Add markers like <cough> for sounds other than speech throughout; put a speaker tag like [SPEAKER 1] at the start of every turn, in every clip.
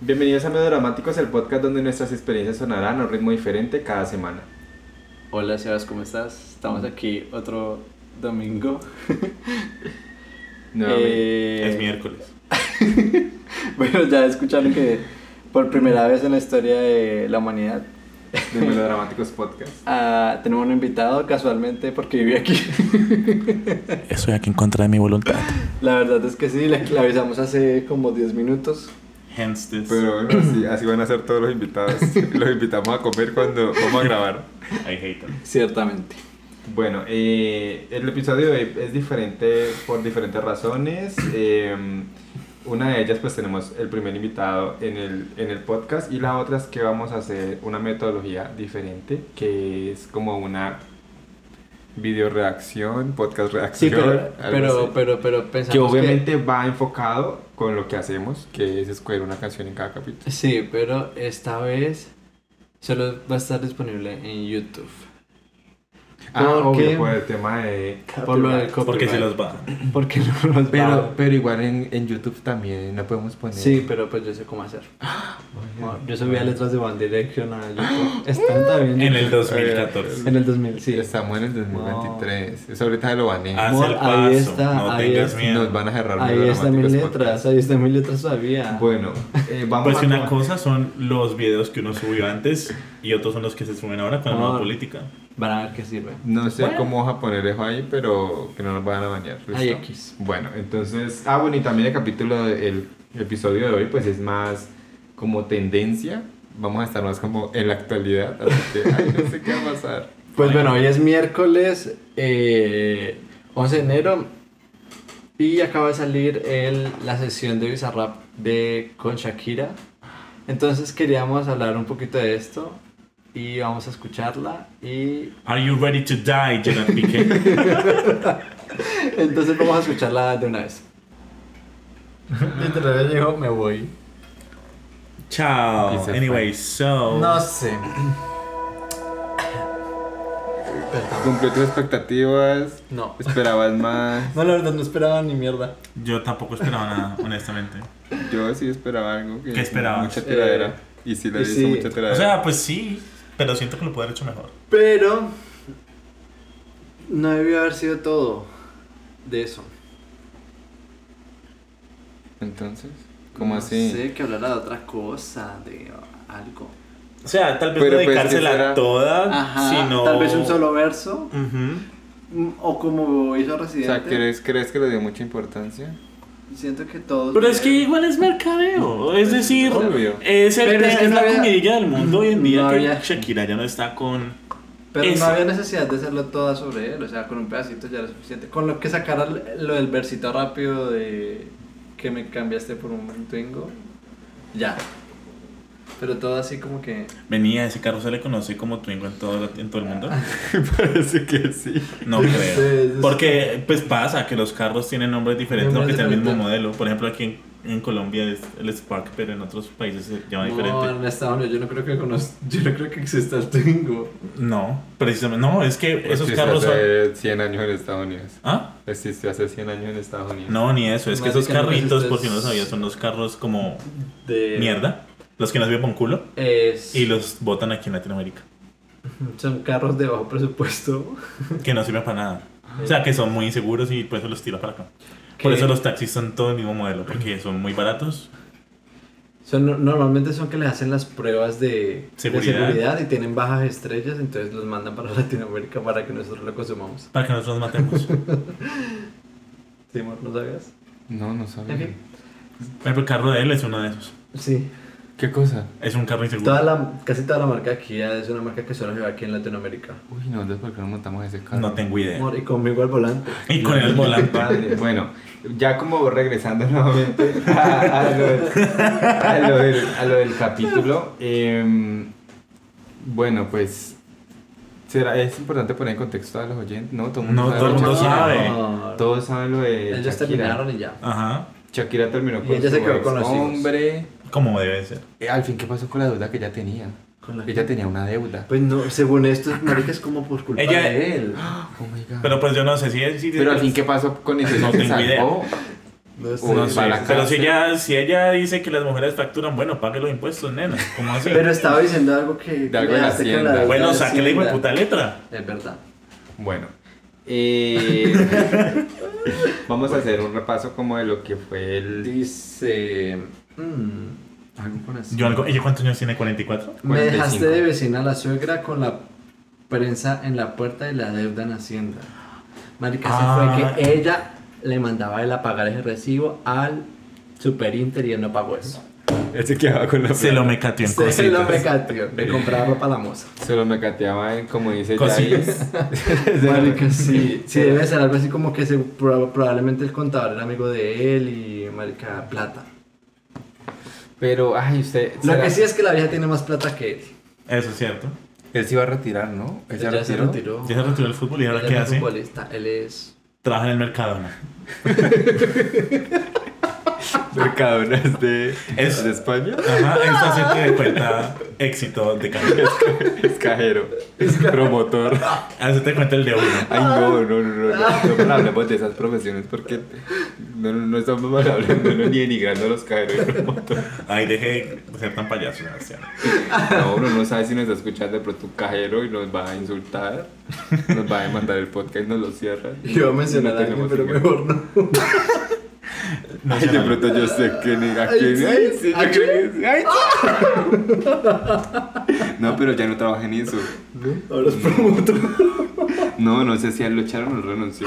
[SPEAKER 1] Bienvenidos a Melodramáticos, el podcast donde nuestras experiencias sonarán a un ritmo diferente cada semana.
[SPEAKER 2] Hola Sebas, ¿cómo estás? Estamos aquí otro domingo.
[SPEAKER 1] Nuevamente.
[SPEAKER 2] Eh,
[SPEAKER 3] Es miércoles.
[SPEAKER 2] <laughs> Bueno, ya escucharon que por primera vez en la historia de la humanidad
[SPEAKER 1] de Melodramáticos Podcast.
[SPEAKER 2] ah, tenemos un invitado casualmente porque vive aquí. <laughs>
[SPEAKER 3] Estoy aquí en contra de mi voluntad.
[SPEAKER 2] La verdad es que sí, le, le avisamos hace como 10 minutos.
[SPEAKER 3] Hence this.
[SPEAKER 1] Pero bueno, así, así van a ser todos los <laughs> invitados. Los invitamos a comer cuando vamos a grabar.
[SPEAKER 3] I hate them.
[SPEAKER 2] Ciertamente.
[SPEAKER 1] Bueno, eh, el episodio de hoy es diferente por diferentes razones. Eh, una de ellas, pues tenemos el primer invitado en el, en el podcast y la otra es que vamos a hacer una metodología diferente, que es como una video reacción, podcast
[SPEAKER 2] Sí,
[SPEAKER 1] reacción.
[SPEAKER 2] pero,
[SPEAKER 1] algo así.
[SPEAKER 2] pero, pero, pero pensamos
[SPEAKER 1] que obviamente va enfocado con lo que hacemos, que es escoger una canción en cada capítulo.
[SPEAKER 2] Sí, pero esta vez solo va a estar disponible en YouTube.
[SPEAKER 1] Ah,
[SPEAKER 2] Porque-
[SPEAKER 1] obvio, por el tema de...
[SPEAKER 2] Por lo del
[SPEAKER 3] Porque se
[SPEAKER 2] copyright.
[SPEAKER 3] los va.
[SPEAKER 2] Porque no los
[SPEAKER 1] Pero,
[SPEAKER 2] bajo.
[SPEAKER 1] pero igual en, en YouTube también la podemos poner.
[SPEAKER 2] Sí, pero pues yo sé cómo hacer.
[SPEAKER 1] Bueno,
[SPEAKER 2] Yo subía letras de One Direction a YouTube. Están también
[SPEAKER 3] En el 2014.
[SPEAKER 2] en el 2000, sí.
[SPEAKER 1] Estamos en el 2023. Eso ahorita lo banean.
[SPEAKER 3] Haz
[SPEAKER 2] Amor,
[SPEAKER 3] el paso.
[SPEAKER 2] ahí está,
[SPEAKER 3] no
[SPEAKER 2] ahí
[SPEAKER 3] tengas
[SPEAKER 2] está.
[SPEAKER 3] miedo.
[SPEAKER 1] Nos van a cerrar.
[SPEAKER 2] Ahí
[SPEAKER 1] los
[SPEAKER 2] están mis
[SPEAKER 1] dramáticos
[SPEAKER 2] letras,
[SPEAKER 1] podcasts.
[SPEAKER 2] ahí están mis letras todavía.
[SPEAKER 1] Bueno, eh,
[SPEAKER 3] <laughs>
[SPEAKER 1] vamos
[SPEAKER 3] Pues
[SPEAKER 1] a...
[SPEAKER 3] una cosa son los videos que uno subió antes y otros son los que se suben ahora con la nueva
[SPEAKER 2] Ah.
[SPEAKER 3] política.
[SPEAKER 2] Van a ver qué sirve.
[SPEAKER 1] No sé
[SPEAKER 2] Bueno.
[SPEAKER 1] cómo vamos a poner eso ahí, pero que no nos van a bañar. ¿listo?
[SPEAKER 2] Ay, X.
[SPEAKER 1] Bueno, entonces, ah, bueno, y también el capítulo, de- el episodio de hoy, pues es más como tendencia. Vamos a estar más como en la actualidad, así que, ay, no sé qué va a
[SPEAKER 2] <laughs>
[SPEAKER 1] pasar.
[SPEAKER 2] Pues bueno, hoy es miércoles eh, 11 de enero y acaba de salir el- la sesión de Bizarrap de con Shakira. Entonces queríamos hablar un poquito de esto y vamos a escucharla y
[SPEAKER 3] Are you ready to die, Gerard
[SPEAKER 2] <laughs>
[SPEAKER 3] Piqué?
[SPEAKER 2] Entonces vamos a escucharla de una vez. Literal, dijo, me voy.
[SPEAKER 3] Chao.
[SPEAKER 1] Pizza
[SPEAKER 3] Anyway, so.
[SPEAKER 2] No sé.
[SPEAKER 1] Cumplió tus expectativas,
[SPEAKER 2] No.
[SPEAKER 1] esperabas más.
[SPEAKER 2] No, la verdad, no esperaba ni mierda.
[SPEAKER 3] Yo tampoco esperaba nada, honestamente.
[SPEAKER 1] Yo sí esperaba algo. Que
[SPEAKER 3] ¿Qué esperabas?
[SPEAKER 1] Mucha tiradera.
[SPEAKER 2] Eh,
[SPEAKER 1] y sí le
[SPEAKER 2] y
[SPEAKER 1] hizo
[SPEAKER 2] sí.
[SPEAKER 1] mucha tiradera.
[SPEAKER 3] O sea, pues sí, pero siento que lo puedo haber hecho mejor.
[SPEAKER 2] Pero. No debió haber sido todo de eso.
[SPEAKER 1] entonces, ¿cómo
[SPEAKER 2] No
[SPEAKER 1] así?
[SPEAKER 2] sé, que hablara de otra cosa, de algo.
[SPEAKER 3] O sea, tal vez
[SPEAKER 1] Pero,
[SPEAKER 3] no
[SPEAKER 1] pues,
[SPEAKER 3] dedicársela
[SPEAKER 1] ¿qué será? Ah,
[SPEAKER 3] toda,
[SPEAKER 2] Ajá,
[SPEAKER 3] sino.
[SPEAKER 2] tal vez un solo verso.
[SPEAKER 3] Ujú.
[SPEAKER 2] mm, O como hizo
[SPEAKER 1] O
[SPEAKER 2] Residente.
[SPEAKER 1] sea, ¿crees, ¿crees que le dio mucha importancia?
[SPEAKER 2] Siento que todos.
[SPEAKER 3] Pero es que igual es mercadeo, es decir,
[SPEAKER 1] Obvio.
[SPEAKER 3] es, el,
[SPEAKER 2] Pero es
[SPEAKER 3] es,
[SPEAKER 2] que no
[SPEAKER 3] la
[SPEAKER 2] había-
[SPEAKER 3] comidilla del mundo hoy en día
[SPEAKER 2] no
[SPEAKER 3] que
[SPEAKER 2] había-
[SPEAKER 3] Shakira ya no está con...
[SPEAKER 2] Pero
[SPEAKER 3] Eso.
[SPEAKER 2] no había necesidad de hacerlo toda sobre él, o sea, con un pedacito ya era suficiente. Con lo que sacara lo del versito rápido de que me cambiaste por un Twingo, ya. Pero todo así como que.
[SPEAKER 3] Venía, ese carro se le conoce como Twingo en todo, en todo el mundo.
[SPEAKER 1] <laughs> Parece que sí.
[SPEAKER 3] No
[SPEAKER 2] Ah, Sí, sí, sí.
[SPEAKER 3] creo. Porque pues pasa que los carros tienen nombres diferentes
[SPEAKER 2] Nombres
[SPEAKER 3] aunque sea el mismo
[SPEAKER 2] diferentes.
[SPEAKER 3] modelo. Por ejemplo, aquí en, en Colombia es el Spark, pero en otros países se llama
[SPEAKER 2] No,
[SPEAKER 3] diferente.
[SPEAKER 2] en Estados Unidos yo no creo que conozca, <laughs> yo no creo que exista el Twingo.
[SPEAKER 3] No, precisamente, no, es que esos
[SPEAKER 1] Existe
[SPEAKER 3] carros son...
[SPEAKER 1] hace 100 años en Estados Unidos.
[SPEAKER 3] ¿Ah?
[SPEAKER 1] Existe hace 100 años en Estados Unidos.
[SPEAKER 3] No, ni eso, es que esos
[SPEAKER 2] Marica, no,
[SPEAKER 3] carritos,
[SPEAKER 2] esos-
[SPEAKER 3] por si no lo sabías, son los carros como
[SPEAKER 2] De.
[SPEAKER 3] mierda, los que nos vio con culo,
[SPEAKER 2] Es,
[SPEAKER 3] y los botan aquí en Latinoamérica.
[SPEAKER 2] Son carros de bajo
[SPEAKER 3] <laughs>
[SPEAKER 2] presupuesto.
[SPEAKER 3] que no sirven para nada. O sea, que son muy inseguros y por eso los tira para acá. Por
[SPEAKER 2] que
[SPEAKER 3] eso los taxis son todo el mismo modelo, porque son muy baratos.
[SPEAKER 2] son, normalmente son que les hacen las pruebas de de
[SPEAKER 3] Seguridad.
[SPEAKER 2] seguridad y tienen bajas estrellas, entonces los mandan para <laughs> Latinoamérica para que nosotros lo consumamos.
[SPEAKER 3] Para que nosotros los
[SPEAKER 2] <laughs>
[SPEAKER 3] matemos.
[SPEAKER 2] Sí, amor, ¿no sabías?
[SPEAKER 1] No, no sabía.
[SPEAKER 2] En fin.
[SPEAKER 3] El carro de él es uno de esos.
[SPEAKER 2] Sí.
[SPEAKER 1] ¿Qué cosa?
[SPEAKER 3] Es un carro inseguro.
[SPEAKER 2] Toda la, casi toda la marca aquí es una marca que solo se ve aquí en Latinoamérica.
[SPEAKER 1] Uy, no, entonces ¿por qué no montamos ese carro?
[SPEAKER 3] No tengo idea.
[SPEAKER 2] Amor, y conmigo al volante.
[SPEAKER 3] Y con el volante.
[SPEAKER 1] Padre, Bueno, ya como regresando <laughs> nuevamente a, a lo, del, a lo del- a lo del capítulo, em, bueno, pues será, es importante poner en contexto a los oyentes, ¿no? Todo el mundo
[SPEAKER 3] No,
[SPEAKER 1] sabe
[SPEAKER 3] todo el
[SPEAKER 1] lo de
[SPEAKER 3] mundo
[SPEAKER 1] Shakira,
[SPEAKER 3] sabe.
[SPEAKER 1] ¿no?
[SPEAKER 2] Amor,
[SPEAKER 1] Todos saben lo de
[SPEAKER 2] Ellos
[SPEAKER 1] Shakira.
[SPEAKER 2] terminaron y ya.
[SPEAKER 3] Ajá.
[SPEAKER 1] Shakira terminó
[SPEAKER 2] Y
[SPEAKER 1] con
[SPEAKER 2] ella se
[SPEAKER 1] su
[SPEAKER 2] quedó con los hijos.
[SPEAKER 1] hombre. Eh,
[SPEAKER 3] Como debe ser.
[SPEAKER 1] al fin, ¿qué pasó con la deuda que ella tenía?
[SPEAKER 2] Con la-
[SPEAKER 1] Ella tenía una deuda.
[SPEAKER 2] Pues no, según esto, marica es como por culpa
[SPEAKER 3] Ella-
[SPEAKER 2] de él.
[SPEAKER 1] Oh my God.
[SPEAKER 3] Pero pues yo no sé si es. si-
[SPEAKER 1] Pero al fin, ¿qué pasó con ese
[SPEAKER 3] No
[SPEAKER 1] ¿Se
[SPEAKER 3] tengo idea.
[SPEAKER 1] salvó?
[SPEAKER 4] No sé.
[SPEAKER 1] Unos
[SPEAKER 3] Sí,
[SPEAKER 1] para la
[SPEAKER 3] pero si
[SPEAKER 1] cárcel.
[SPEAKER 3] ella, si ella dice que las mujeres facturan, bueno, pague los impuestos, nena. ¿Cómo así?
[SPEAKER 2] Pero estaba diciendo algo que.
[SPEAKER 1] De algo de
[SPEAKER 2] dejaste con
[SPEAKER 1] Hacienda.
[SPEAKER 3] bueno,
[SPEAKER 2] de
[SPEAKER 3] saqué la hijo de
[SPEAKER 2] Hacienda.
[SPEAKER 3] puta letra.
[SPEAKER 2] Es verdad.
[SPEAKER 1] Bueno, <laughs> eh, vamos a hacer un repaso como de lo que fue el
[SPEAKER 2] Dice. mm, algo por así.
[SPEAKER 3] Yo algo, ¿Ella cuántos años tiene? ¿44?
[SPEAKER 2] Me dejaste
[SPEAKER 1] 45.
[SPEAKER 2] de vecina a la suegra con la prensa en la puerta y la deuda en Hacienda. Marica,
[SPEAKER 3] Ah.
[SPEAKER 2] se fue que ella le mandaba él a pagar ese recibo al superinter y él no pagó eso.
[SPEAKER 1] Él se quedaba con la
[SPEAKER 3] Se lo
[SPEAKER 1] plata.
[SPEAKER 3] me cateó en
[SPEAKER 2] Se lo
[SPEAKER 3] cositas.
[SPEAKER 2] recateó, le compraba ropa a la moza.
[SPEAKER 1] Se lo mecateaba en, como dice
[SPEAKER 2] <laughs>
[SPEAKER 3] Cosillas.
[SPEAKER 1] Yais.
[SPEAKER 2] Marica,
[SPEAKER 3] <laughs>
[SPEAKER 2] sí, sí, debe ser algo así como que se- proba- probablemente el contador era amigo de él y Marica, plata.
[SPEAKER 1] Pero, ay, usted.
[SPEAKER 2] Lo
[SPEAKER 1] ¿será-
[SPEAKER 2] que sí es que la vieja tiene más plata que él.
[SPEAKER 3] Eso es cierto.
[SPEAKER 1] Él se iba a retirar, ¿no? Él
[SPEAKER 2] Ella se retiró.
[SPEAKER 3] Ya se retiró del fútbol y ahora
[SPEAKER 2] Él
[SPEAKER 3] qué
[SPEAKER 2] es
[SPEAKER 3] hace.
[SPEAKER 2] futbolista, él es...
[SPEAKER 3] <laughs> Trabaja en el Mercadona.
[SPEAKER 1] Mercadonas de,
[SPEAKER 3] Es-
[SPEAKER 1] de España.
[SPEAKER 3] Ajá, es agente de cuenta éxito de cambio.
[SPEAKER 1] Es cajero. Es promotor.
[SPEAKER 3] Hacete cuenta el de uno.
[SPEAKER 1] Ay, no, no, no, no.
[SPEAKER 2] Ah.
[SPEAKER 1] No, no hablemos de esas profesiones porque no, no, no estamos mal hablando no, ni denigrando a los cajeros y promotores.
[SPEAKER 3] Ay, deje de ser tan payaso, Sebastián.
[SPEAKER 1] No, uno no sabe si nos está escuchando de pronto un cajero y nos va a insultar, nos va a demandar el podcast y nos lo cierra.
[SPEAKER 2] Yo iba a mencionar
[SPEAKER 1] No
[SPEAKER 2] a alguien,
[SPEAKER 1] tenemos
[SPEAKER 2] pero
[SPEAKER 1] ingresos.
[SPEAKER 2] mejor no.
[SPEAKER 3] No
[SPEAKER 1] Ay,
[SPEAKER 3] sé
[SPEAKER 1] de
[SPEAKER 3] nada.
[SPEAKER 1] pronto yo sé que ni a quién.
[SPEAKER 2] sí,
[SPEAKER 1] Ay, sí, yo
[SPEAKER 2] ¿a
[SPEAKER 1] creo que sí. Ay, sí. No, pero ya no trabaja en eso.
[SPEAKER 2] Ahora los promotor.
[SPEAKER 1] No, no sé si él lo echaron o él renunció.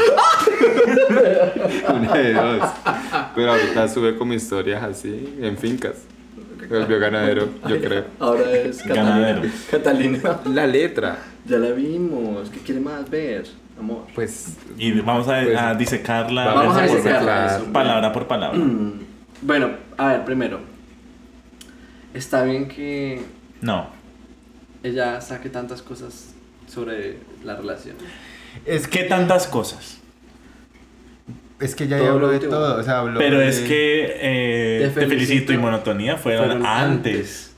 [SPEAKER 1] Una de dos. Pero ahorita sube como historias así, en fincas. Volvió ganadero, yo creo.
[SPEAKER 2] Ahora
[SPEAKER 3] <laughs>
[SPEAKER 2] es Catalina.
[SPEAKER 3] Ganadero.
[SPEAKER 2] Catalina.
[SPEAKER 1] La letra.
[SPEAKER 2] Ya la vimos. ¿Qué quiere más ver? Amor.
[SPEAKER 1] Pues
[SPEAKER 3] Y vamos a,
[SPEAKER 1] Pues,
[SPEAKER 3] a disecarla
[SPEAKER 2] Vamos a
[SPEAKER 1] Vamos a
[SPEAKER 2] disecarla.
[SPEAKER 1] volverla
[SPEAKER 2] eso.
[SPEAKER 3] palabra por palabra.
[SPEAKER 2] Mm, Bueno, a ver, primero. Está bien que
[SPEAKER 3] No.
[SPEAKER 2] ella saque tantas cosas sobre la relación.
[SPEAKER 3] Es que tantas cosas.
[SPEAKER 1] es que ya
[SPEAKER 2] Todo
[SPEAKER 1] habló
[SPEAKER 2] lo
[SPEAKER 1] de
[SPEAKER 2] último.
[SPEAKER 1] todo. O sea, habló
[SPEAKER 3] Pero
[SPEAKER 1] de-
[SPEAKER 3] es que eh,
[SPEAKER 2] Te
[SPEAKER 3] te, felicito.
[SPEAKER 2] felicito
[SPEAKER 3] y monotonía fueron,
[SPEAKER 2] Fueron
[SPEAKER 3] antes.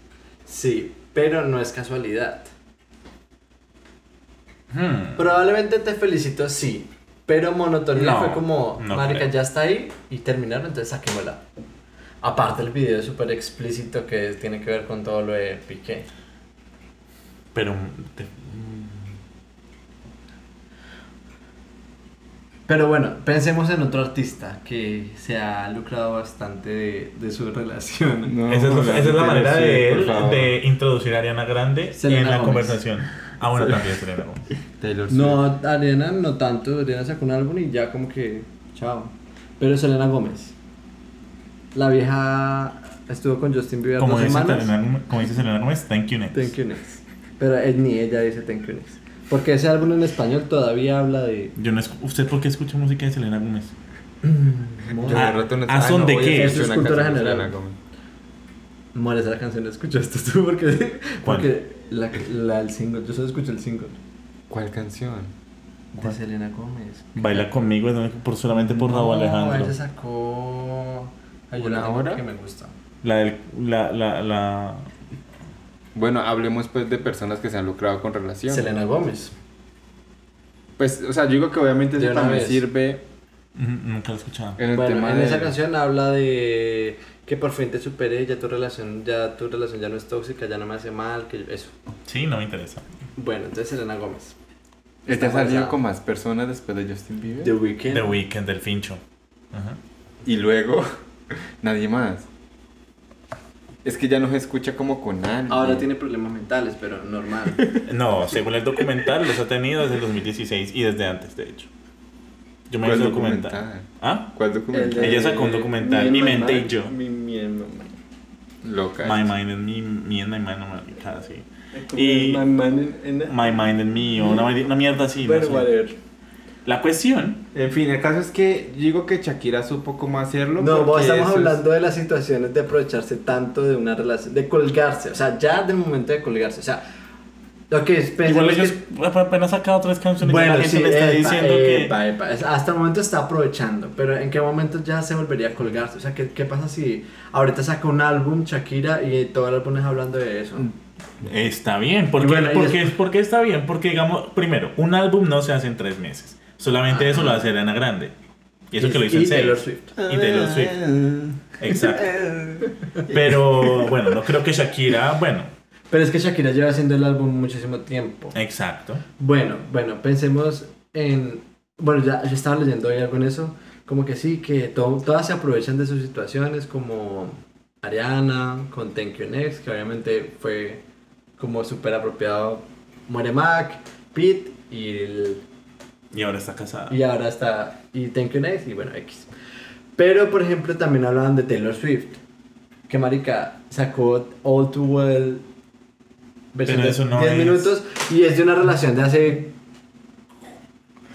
[SPEAKER 2] Sí, pero no es casualidad.
[SPEAKER 3] Hmm.
[SPEAKER 2] Probablemente te felicito, sí. Pero monotonía
[SPEAKER 3] No,
[SPEAKER 2] fue como,
[SPEAKER 3] no
[SPEAKER 2] marica,
[SPEAKER 3] creo.
[SPEAKER 2] ya está ahí y terminaron, entonces saquémosla. Aparte el video es súper explícito que tiene que ver con todo lo de Piqué.
[SPEAKER 3] Pero te- mm,
[SPEAKER 2] Pero bueno, pensemos en otro artista que se ha lucrado bastante de, de su relación.
[SPEAKER 1] No,
[SPEAKER 3] esa, es, la- esa es la
[SPEAKER 1] pero
[SPEAKER 3] manera
[SPEAKER 1] sí,
[SPEAKER 3] de,
[SPEAKER 1] por
[SPEAKER 3] él
[SPEAKER 1] favor.
[SPEAKER 3] de introducir a Ariana Grande
[SPEAKER 2] Selena
[SPEAKER 3] en la
[SPEAKER 2] Gómez.
[SPEAKER 3] conversación. Ah, bueno, también Selena Gómez.
[SPEAKER 1] Taylor Swift.
[SPEAKER 2] No, Ariana no tanto, Ariana sacó un álbum y ya como que, chao. Pero Selena Gómez. La vieja estuvo con Justin Bieber
[SPEAKER 3] Como
[SPEAKER 2] dos
[SPEAKER 3] dice,
[SPEAKER 2] semanas.
[SPEAKER 3] Selena, Gómez- como dice Selena Gómez, thank you next.
[SPEAKER 2] Thank you next. Pero él, ni ella dice thank you next. Porque ese álbum en español todavía habla de.
[SPEAKER 3] Yo no escu- ¿Usted por qué escucha música de Selena Gómez?
[SPEAKER 1] Yo de
[SPEAKER 3] Ah,
[SPEAKER 1] rato no-
[SPEAKER 3] ¿a
[SPEAKER 1] Ay,
[SPEAKER 3] son
[SPEAKER 1] no,
[SPEAKER 3] de
[SPEAKER 1] voy a
[SPEAKER 3] qué?
[SPEAKER 1] escuchar
[SPEAKER 2] Eso es
[SPEAKER 1] una
[SPEAKER 2] cultura
[SPEAKER 1] canción de
[SPEAKER 2] general.
[SPEAKER 1] Selena Gomez.
[SPEAKER 2] More, esa canción la escuchaste tú porque.
[SPEAKER 3] ¿Cuál?
[SPEAKER 2] Porque la, la- el single, yo solo escucho el single.
[SPEAKER 1] ¿Cuál canción?
[SPEAKER 2] De Selena Gómez.
[SPEAKER 3] Baila conmigo es donde- por, solamente por Raúl
[SPEAKER 2] No,
[SPEAKER 3] Alejandro.
[SPEAKER 2] ella sacó. Ay, yo
[SPEAKER 1] ¿Una
[SPEAKER 2] la tengo
[SPEAKER 1] hora?
[SPEAKER 2] porque me gusta.
[SPEAKER 3] La, del- la, la, la...
[SPEAKER 1] Bueno, hablemos pues de personas que se han lucrado con relación.
[SPEAKER 2] Selena Gómez.
[SPEAKER 1] Pues, o sea, yo digo que obviamente
[SPEAKER 2] De
[SPEAKER 1] eso
[SPEAKER 2] una
[SPEAKER 1] también
[SPEAKER 2] vez.
[SPEAKER 1] sirve
[SPEAKER 3] Ujú, Nunca la he escuchado.
[SPEAKER 1] en el
[SPEAKER 2] bueno,
[SPEAKER 1] tema
[SPEAKER 2] en
[SPEAKER 1] de...
[SPEAKER 2] esa canción habla de que por fin te superé, ya tu relación, ya tu relación ya no es tóxica, ya no me hace mal, que eso.
[SPEAKER 3] Sí, no me interesa.
[SPEAKER 2] Bueno, entonces Selena Gómez.
[SPEAKER 1] Este ha
[SPEAKER 2] Está
[SPEAKER 1] salido
[SPEAKER 2] buena.
[SPEAKER 1] con más personas después de Justin Bieber.
[SPEAKER 2] The Weeknd.
[SPEAKER 3] The Weeknd, El Fincho. Ajá.
[SPEAKER 1] Y luego, <laughs> nadie más. Es que ya no se escucha como con alguien.
[SPEAKER 2] Ahora tiene problemas mentales, pero <laughs> normal.
[SPEAKER 3] No, según el documental, los ha tenido desde el 2016 y desde antes, de hecho. Yo me
[SPEAKER 1] ¿Cuál
[SPEAKER 3] hice
[SPEAKER 1] documental?
[SPEAKER 3] documental. ¿Ah?
[SPEAKER 1] ¿Cuál
[SPEAKER 2] El
[SPEAKER 1] documental?
[SPEAKER 2] de-
[SPEAKER 3] Ella sacó un documental,
[SPEAKER 2] Mi
[SPEAKER 3] Mi
[SPEAKER 2] Mamá.
[SPEAKER 3] Mente y Yo.
[SPEAKER 1] Mi miedo. Loca.
[SPEAKER 3] My Mind and Me, Me and My Mind, una mierda así. Y-
[SPEAKER 2] Y...
[SPEAKER 3] My Mind and Me, o una, mari- una mierda así. no
[SPEAKER 2] Bueno,
[SPEAKER 3] sé.
[SPEAKER 2] whatever.
[SPEAKER 3] La cuestión,
[SPEAKER 1] En fin, el caso es que digo que Shakira supo cómo hacerlo.
[SPEAKER 2] No, vos
[SPEAKER 1] porque
[SPEAKER 2] estamos
[SPEAKER 1] eso es-
[SPEAKER 2] hablando de las situaciones de aprovecharse tanto de una relación, de colgarse, o sea, ya del momento de colgarse, o sea, lo que es
[SPEAKER 3] igual
[SPEAKER 2] pensemos
[SPEAKER 3] ellos
[SPEAKER 2] que-
[SPEAKER 3] apenas han sacado tres canciones. y la gente le está
[SPEAKER 2] epa,
[SPEAKER 3] diciendo
[SPEAKER 2] epa, epa, es- hasta el momento está aprovechando, pero ¿en qué momento ya se volvería a colgarse? O sea, ¿qué, qué pasa si ahorita saca un álbum Shakira y todo el álbum es hablando de eso?
[SPEAKER 3] que está bien. ¿Por
[SPEAKER 2] Y
[SPEAKER 3] qué,
[SPEAKER 2] bueno, y
[SPEAKER 3] por
[SPEAKER 2] es-
[SPEAKER 3] qué- por qué está bien? Porque, digamos, primero, un álbum no se hace en tres meses. Solamente eso lo hace Ariana Grande. Y eso que lo hizo en serio.
[SPEAKER 5] Taylor Swift.
[SPEAKER 3] Y Taylor Swift.
[SPEAKER 1] <laughs>
[SPEAKER 3] Exacto. <laughs> Pero bueno, no creo que Shakira. Bueno,
[SPEAKER 2] Pero es que Shakira lleva haciendo el álbum muchísimo tiempo.
[SPEAKER 3] exacto.
[SPEAKER 2] Bueno, bueno, pensemos en... Bueno, ya, yo estaba leyendo hoy algo en eso, como que sí, que to- todas se aprovechan de sus situaciones, como Ariana con Thank You Next, que obviamente fue como súper apropiado Muere Mac, Pete y, el-
[SPEAKER 3] Y ahora está casada.
[SPEAKER 2] y ahora está y Thank You Next y bueno, X.
[SPEAKER 5] Pero, por ejemplo, también hablaban de Taylor Swift.
[SPEAKER 2] Que marica sacó All Too Well versión
[SPEAKER 3] Pero
[SPEAKER 2] de
[SPEAKER 3] eso no
[SPEAKER 2] 10
[SPEAKER 3] es-
[SPEAKER 2] minutos y es de una relación de hace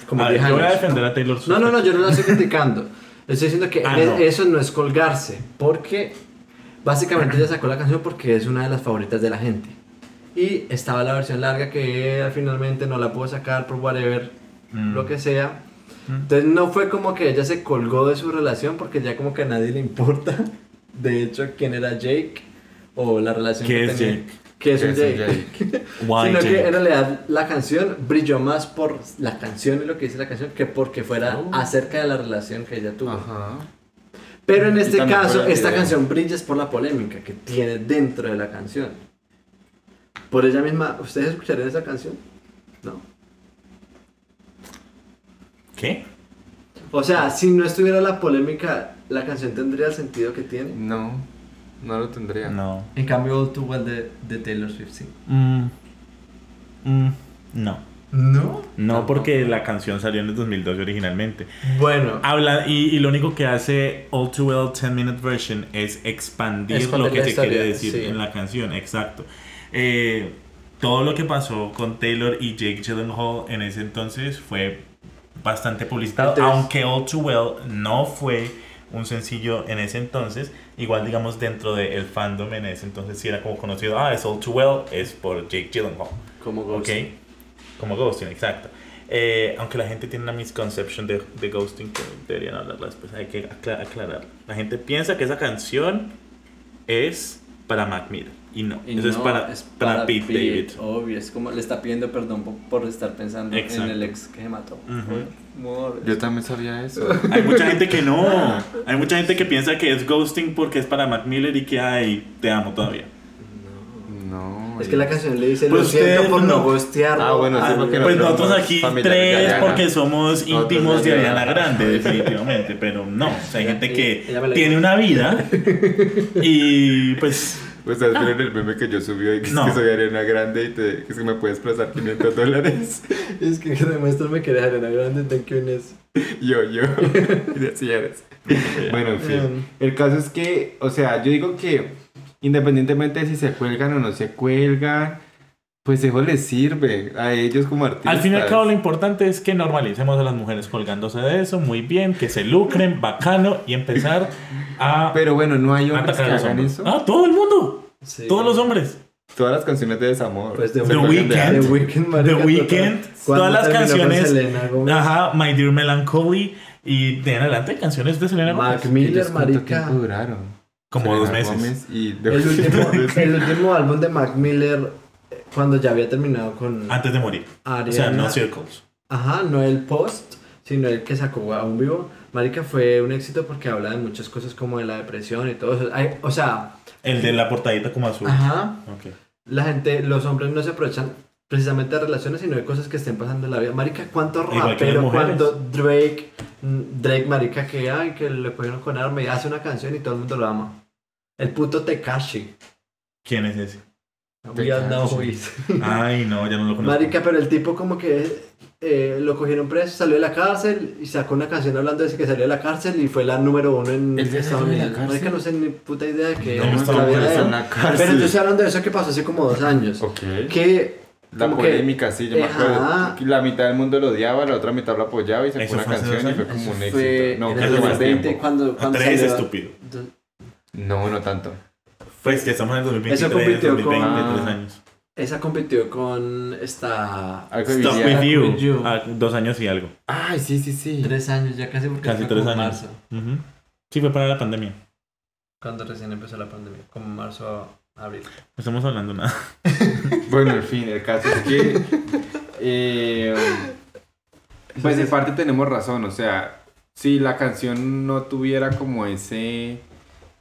[SPEAKER 2] como
[SPEAKER 3] A ver,
[SPEAKER 2] 10
[SPEAKER 3] yo
[SPEAKER 2] años.
[SPEAKER 3] voy a defender a Taylor Swift.
[SPEAKER 2] No, no, no, yo no la estoy
[SPEAKER 3] <laughs>
[SPEAKER 2] criticando. Estoy diciendo que
[SPEAKER 3] Ah,
[SPEAKER 2] e-
[SPEAKER 3] no.
[SPEAKER 2] eso no es colgarse, porque básicamente ella sacó la canción porque es una de las favoritas de la gente. Y estaba la versión larga que eh, finalmente no la pudo sacar por whatever,
[SPEAKER 3] Mm.
[SPEAKER 2] lo que sea.
[SPEAKER 3] Mm.
[SPEAKER 2] Entonces no fue como que ella se colgó de su relación porque ya como que a nadie le importa. De hecho, quién era Jake o la relación
[SPEAKER 3] ¿Qué
[SPEAKER 2] que
[SPEAKER 3] es
[SPEAKER 2] tenía.
[SPEAKER 3] Jake?
[SPEAKER 2] ¿Qué es un
[SPEAKER 1] Es un
[SPEAKER 2] Jake?
[SPEAKER 3] Why,
[SPEAKER 2] Sino que
[SPEAKER 3] Jake?
[SPEAKER 2] en realidad la canción brilló más por la canción y lo que dice la canción que porque fuera acerca de la relación que ella tuvo.
[SPEAKER 1] Ajá.
[SPEAKER 2] Pero en
[SPEAKER 1] Y
[SPEAKER 2] este
[SPEAKER 1] también
[SPEAKER 2] caso,
[SPEAKER 1] por el
[SPEAKER 2] esta
[SPEAKER 1] video.
[SPEAKER 2] canción brilla es por la polémica que tiene dentro de la canción. Por ella misma, ¿ustedes escucharían esa canción? No.
[SPEAKER 3] ¿Qué?
[SPEAKER 2] O sea, si no estuviera la polémica, la canción tendría el sentido que tiene.
[SPEAKER 1] No, no lo tendría.
[SPEAKER 3] No.
[SPEAKER 2] En cambio, All Too Well de, de Taylor Swift, sí.
[SPEAKER 3] Mm. Mm. No.
[SPEAKER 2] ¿No?
[SPEAKER 3] No, porque Ah, la canción salió en el 2012 originalmente.
[SPEAKER 2] Bueno,
[SPEAKER 3] Habla, y, y lo único que hace All Too Well 10 Minute Version es expandir
[SPEAKER 2] Expandir
[SPEAKER 3] lo que
[SPEAKER 2] la
[SPEAKER 3] se
[SPEAKER 2] historia,
[SPEAKER 3] quiere decir
[SPEAKER 2] sí.
[SPEAKER 3] en la canción, exacto. Eh, todo lo que pasó con Taylor y Jake Gyllenhaal en ese entonces fue bastante publicitado,
[SPEAKER 2] Entonces-
[SPEAKER 3] aunque All Too Well no fue un sencillo en ese entonces, igual digamos dentro del fandom en ese entonces sí era como conocido, ah, es All Too Well, es por Jake Gyllenhaal.
[SPEAKER 2] como
[SPEAKER 3] Ok.
[SPEAKER 2] Ghosting.
[SPEAKER 3] Como ghosting, exacto. Eh, aunque la gente tiene una misconcepción de, de ghosting que deberían hablarla después. Hay que acla- aclarar. La gente piensa que esa canción es para Mac Miller. Y no.
[SPEAKER 2] Y
[SPEAKER 3] Eso es
[SPEAKER 2] no,
[SPEAKER 3] para,
[SPEAKER 2] es
[SPEAKER 3] para,
[SPEAKER 2] para
[SPEAKER 3] Pete, David.
[SPEAKER 2] Obvio, es como le está pidiendo perdón po- por, estar pensando en
[SPEAKER 3] Exact-
[SPEAKER 2] el ex que se mató.
[SPEAKER 3] Ujú.
[SPEAKER 2] Amor,
[SPEAKER 1] Yo también sabía eso.
[SPEAKER 3] Hay mucha gente que no. Hay mucha gente que piensa que es ghosting porque es para Mac Miller y que, ay, te amo todavía.
[SPEAKER 1] No. eh.
[SPEAKER 2] Es que la
[SPEAKER 1] y-
[SPEAKER 2] canción le dice,
[SPEAKER 3] Pues
[SPEAKER 2] lo siento
[SPEAKER 3] ustedes
[SPEAKER 2] por
[SPEAKER 3] no-
[SPEAKER 2] no gostear.
[SPEAKER 1] Ah, bueno, sí,
[SPEAKER 3] Ah,
[SPEAKER 1] porque
[SPEAKER 3] pues
[SPEAKER 1] nosotros
[SPEAKER 3] nosotros
[SPEAKER 1] somos
[SPEAKER 3] aquí
[SPEAKER 1] familiares de
[SPEAKER 3] tres
[SPEAKER 1] Ariana.
[SPEAKER 3] porque somos
[SPEAKER 1] Nosotros
[SPEAKER 3] íntimos
[SPEAKER 1] de
[SPEAKER 3] de
[SPEAKER 1] Ariana.
[SPEAKER 3] Ariana Grande, definitivamente, pero no, o sea, hay gente
[SPEAKER 2] Ella
[SPEAKER 3] que
[SPEAKER 2] me la
[SPEAKER 3] tiene
[SPEAKER 2] hizo.
[SPEAKER 3] una vida
[SPEAKER 2] <laughs>
[SPEAKER 3] y pues
[SPEAKER 1] Ustedes vieron el meme que yo subí hoy, que
[SPEAKER 3] No.
[SPEAKER 1] es que soy arena grande y te, que es que me puedes prestar 500
[SPEAKER 2] <laughs>
[SPEAKER 1] dólares.
[SPEAKER 2] Es que demuéstrame que eres Ariana Grande, ¿de quién es?
[SPEAKER 1] Yo,
[SPEAKER 2] <laughs>
[SPEAKER 1] yo. Y así eres. Bueno, en
[SPEAKER 2] Em.
[SPEAKER 1] fin. El caso es que, o sea, yo digo que independientemente de si se cuelgan o no se cuelgan, pues eso les sirve a ellos como artistas.
[SPEAKER 3] al fin y al cabo lo importante es que normalicemos a las mujeres colgándose de eso, muy bien, que se lucren, bacano y empezar a
[SPEAKER 1] <laughs> Pero bueno, no hay hombres que
[SPEAKER 3] atacar a los
[SPEAKER 1] hagan
[SPEAKER 3] hombres.
[SPEAKER 1] eso.
[SPEAKER 3] Ah, todo el mundo, todos los hombres.
[SPEAKER 1] Todas las canciones de desamor.
[SPEAKER 2] Pues The
[SPEAKER 1] se cuelgan de
[SPEAKER 3] Weeknd.
[SPEAKER 1] algo.
[SPEAKER 2] The Weeknd, marica,
[SPEAKER 3] The Weeknd,
[SPEAKER 2] total. ¿Cuándo
[SPEAKER 3] todas las
[SPEAKER 2] terminó con
[SPEAKER 3] canciones,
[SPEAKER 2] Selena Gomez?
[SPEAKER 3] ajá, My Dear Melancholy y de en adelante canciones de Selena Gomez.
[SPEAKER 2] Mac Miller,
[SPEAKER 1] ¿Ellos ¿Cuánto
[SPEAKER 2] marica.
[SPEAKER 1] tiempo duraron?
[SPEAKER 3] Como dos
[SPEAKER 1] Selena
[SPEAKER 3] meses.
[SPEAKER 1] Gómez y The
[SPEAKER 3] <laughs>
[SPEAKER 2] El último,
[SPEAKER 1] Weeknd.
[SPEAKER 2] el último álbum de Mac Miller, eh, cuando ya había terminado con
[SPEAKER 3] Antes de morir.
[SPEAKER 2] Ariana.
[SPEAKER 3] Ah, O sea, no circles.
[SPEAKER 2] Ajá, no el post, sino el que sacó a un vivo. Marica fue un éxito porque habla de muchas cosas como de la depresión y todo eso. Ay, o sea,
[SPEAKER 3] El de la portadita como azul.
[SPEAKER 2] ajá,
[SPEAKER 3] Ok.
[SPEAKER 2] la gente, los hombres no se aprovechan precisamente de relaciones, sino de cosas que estén pasando en la vida. Marica, ¿cuánto
[SPEAKER 3] Igual que las
[SPEAKER 2] rapero,
[SPEAKER 3] mujeres.
[SPEAKER 2] cuánto Drake, mm, Drake, marica, que, ay, que le cogieron con arma y hace una canción y todo el mundo lo ama. El puto Tekashi.
[SPEAKER 3] ¿Quién es ese?
[SPEAKER 2] We all know who is.
[SPEAKER 3] Ay, no, ya no lo conozco.
[SPEAKER 2] Marica, pero el tipo como que eh, lo cogieron preso, salió de la cárcel y sacó una canción hablando de que salió de la cárcel y fue la número uno en
[SPEAKER 1] ¿El día
[SPEAKER 2] Estados
[SPEAKER 1] salió de la
[SPEAKER 2] Unidos.
[SPEAKER 1] cárcel?
[SPEAKER 2] Marica, no sé ni puta idea de qué
[SPEAKER 3] No,
[SPEAKER 2] era
[SPEAKER 3] estaba
[SPEAKER 2] la vida
[SPEAKER 3] preso
[SPEAKER 2] de él.
[SPEAKER 1] en la cárcel.
[SPEAKER 2] Pero entonces hablando de eso que pasó hace como dos años.
[SPEAKER 1] Ok.
[SPEAKER 2] Que
[SPEAKER 1] La
[SPEAKER 2] como que-
[SPEAKER 1] polémica, sí, yo me
[SPEAKER 2] Ajá.
[SPEAKER 1] acuerdo. que La mitad del mundo lo odiaba, la otra mitad lo apoyaba y
[SPEAKER 3] Eso
[SPEAKER 1] sacó una
[SPEAKER 3] fue hace
[SPEAKER 1] canción
[SPEAKER 3] dos
[SPEAKER 1] y fue
[SPEAKER 2] eso
[SPEAKER 1] como un éxito.
[SPEAKER 2] fue
[SPEAKER 1] no,
[SPEAKER 2] en
[SPEAKER 1] creo
[SPEAKER 2] el
[SPEAKER 1] que más
[SPEAKER 2] 2020
[SPEAKER 1] tiempo.
[SPEAKER 2] cuando, cuando
[SPEAKER 3] Tres
[SPEAKER 2] salió-
[SPEAKER 3] estúpido.
[SPEAKER 2] do-
[SPEAKER 1] No, no tanto.
[SPEAKER 3] Pues que estamos en el 2023,
[SPEAKER 2] Eso compitió
[SPEAKER 3] 2020,
[SPEAKER 1] con-
[SPEAKER 3] tres años.
[SPEAKER 2] Esa compitió con esta...
[SPEAKER 1] Algo de
[SPEAKER 3] Stop
[SPEAKER 1] Billie
[SPEAKER 3] with
[SPEAKER 1] Eilish.
[SPEAKER 3] you.
[SPEAKER 2] With You.
[SPEAKER 3] Ah, dos años y algo.
[SPEAKER 1] Ay, sí, sí, sí.
[SPEAKER 2] Tres años ya casi porque
[SPEAKER 3] Casi
[SPEAKER 2] fue
[SPEAKER 3] tres
[SPEAKER 2] como
[SPEAKER 3] años.
[SPEAKER 2] marzo.
[SPEAKER 3] Ujú. Sí, fue para la pandemia.
[SPEAKER 2] Cuando recién empezó la pandemia, como marzo a abril.
[SPEAKER 3] No estamos hablando nada.
[SPEAKER 1] Bueno, en fin, el caso es que.
[SPEAKER 2] <laughs>
[SPEAKER 1] pues eh, pues en parte tenemos razón, o sea, si la canción no tuviera como ese...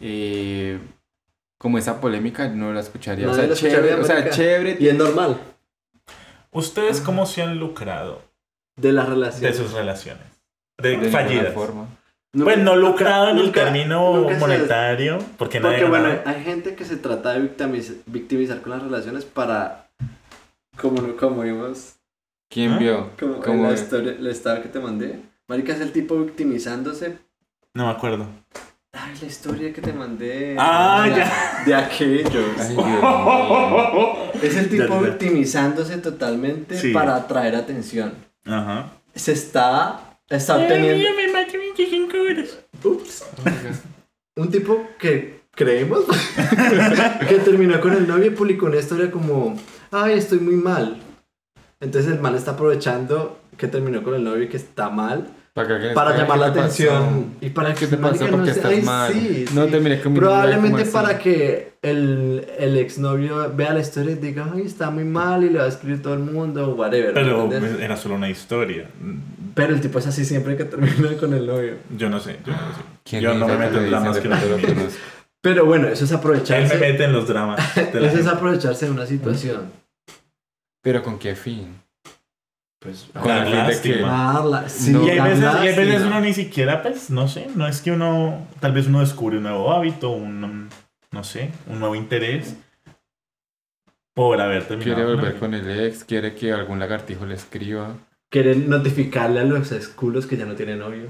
[SPEAKER 1] eh, como esa polémica, no la escucharía. o
[SPEAKER 2] Nadie
[SPEAKER 1] sea,
[SPEAKER 2] la escucharía
[SPEAKER 1] chévere, o sea,
[SPEAKER 2] nunca.
[SPEAKER 1] chévere,
[SPEAKER 2] Y es normal
[SPEAKER 3] ¿Ustedes cómo se han lucrado
[SPEAKER 2] de las
[SPEAKER 3] de
[SPEAKER 2] relaciones.
[SPEAKER 3] sus relaciones? De,
[SPEAKER 1] de ninguna
[SPEAKER 3] fallidas.
[SPEAKER 1] forma.
[SPEAKER 2] Nunca-
[SPEAKER 3] Pues no lucrado en el
[SPEAKER 2] nunca-
[SPEAKER 3] término
[SPEAKER 2] nunca se-
[SPEAKER 3] monetario, porque nadie
[SPEAKER 2] Porque bueno,
[SPEAKER 3] ganaba.
[SPEAKER 2] hay gente que se trata de victimiz- victimizar con las relaciones para, como, como vimos,
[SPEAKER 1] ¿Quién
[SPEAKER 3] ¿Ah?
[SPEAKER 1] vio?
[SPEAKER 2] como en
[SPEAKER 1] ¿Cómo
[SPEAKER 2] la
[SPEAKER 1] es?
[SPEAKER 2] historia, la historia que te mandé. Marica es el tipo victimizándose.
[SPEAKER 3] No me acuerdo.
[SPEAKER 2] Ay, la historia que te mandé.
[SPEAKER 3] Ah,
[SPEAKER 2] de-
[SPEAKER 3] ya.
[SPEAKER 2] De aquellos.
[SPEAKER 1] Ay, Dios mío.
[SPEAKER 2] Es el tipo
[SPEAKER 3] Ya, ya.
[SPEAKER 2] victimizándose totalmente
[SPEAKER 3] Sí.
[SPEAKER 2] para atraer atención.
[SPEAKER 3] Ajá.
[SPEAKER 2] Se está, está
[SPEAKER 3] Eh,
[SPEAKER 2] obteniendo
[SPEAKER 3] me mato 25 horas.
[SPEAKER 2] Ups. Un tipo que creemos <laughs> que terminó con el novio y publicó una historia como, ay, estoy muy mal. Entonces el man está aprovechando que terminó con el novio y que está mal
[SPEAKER 1] Para, que alguien
[SPEAKER 2] para
[SPEAKER 1] escriba,
[SPEAKER 2] llamar la
[SPEAKER 1] "¿Qué te
[SPEAKER 2] atención y para
[SPEAKER 1] pasó? ¿Qué
[SPEAKER 2] que
[SPEAKER 1] te pasó?
[SPEAKER 2] marica,
[SPEAKER 1] Porque
[SPEAKER 2] sé,
[SPEAKER 1] estás
[SPEAKER 2] ay,
[SPEAKER 1] mal.
[SPEAKER 2] sí,
[SPEAKER 1] no
[SPEAKER 2] sí.
[SPEAKER 1] te mires conmigo.
[SPEAKER 2] Probablemente para que el, el exnovio vea la historia y diga, ay, está muy mal y le va a escribir todo el mundo, whatever. ¿me
[SPEAKER 3] Pero
[SPEAKER 2] entiendes?
[SPEAKER 3] pues, era solo una historia.
[SPEAKER 2] Pero el tipo es así siempre que termina con el novio.
[SPEAKER 3] Yo no sé, yo no sé. Yo no me meto en dramas que no conozco.
[SPEAKER 2] Pero bueno, eso es
[SPEAKER 3] Él me
[SPEAKER 2] aprovecharse.
[SPEAKER 3] mete en los dramas. de la
[SPEAKER 2] Eso es
[SPEAKER 3] gente.
[SPEAKER 2] aprovecharse de una situación.
[SPEAKER 1] Pero con qué fin?
[SPEAKER 2] Pues
[SPEAKER 1] Con el fin de que.
[SPEAKER 3] lástima.
[SPEAKER 2] darla. Sí,
[SPEAKER 1] No,
[SPEAKER 3] y hay
[SPEAKER 2] la
[SPEAKER 3] veces, y hay
[SPEAKER 2] lástima.
[SPEAKER 3] veces uno ni siquiera, pues, no sé, no es que uno, tal vez uno descubre un nuevo hábito, un, no sé, un nuevo interés por haber terminado.
[SPEAKER 1] Quiere
[SPEAKER 3] con
[SPEAKER 1] volver
[SPEAKER 3] alguien.
[SPEAKER 1] con el ex, quiere que algún lagartijo le escriba.
[SPEAKER 2] Quieren notificarle a los esculos que ya no tienen novio.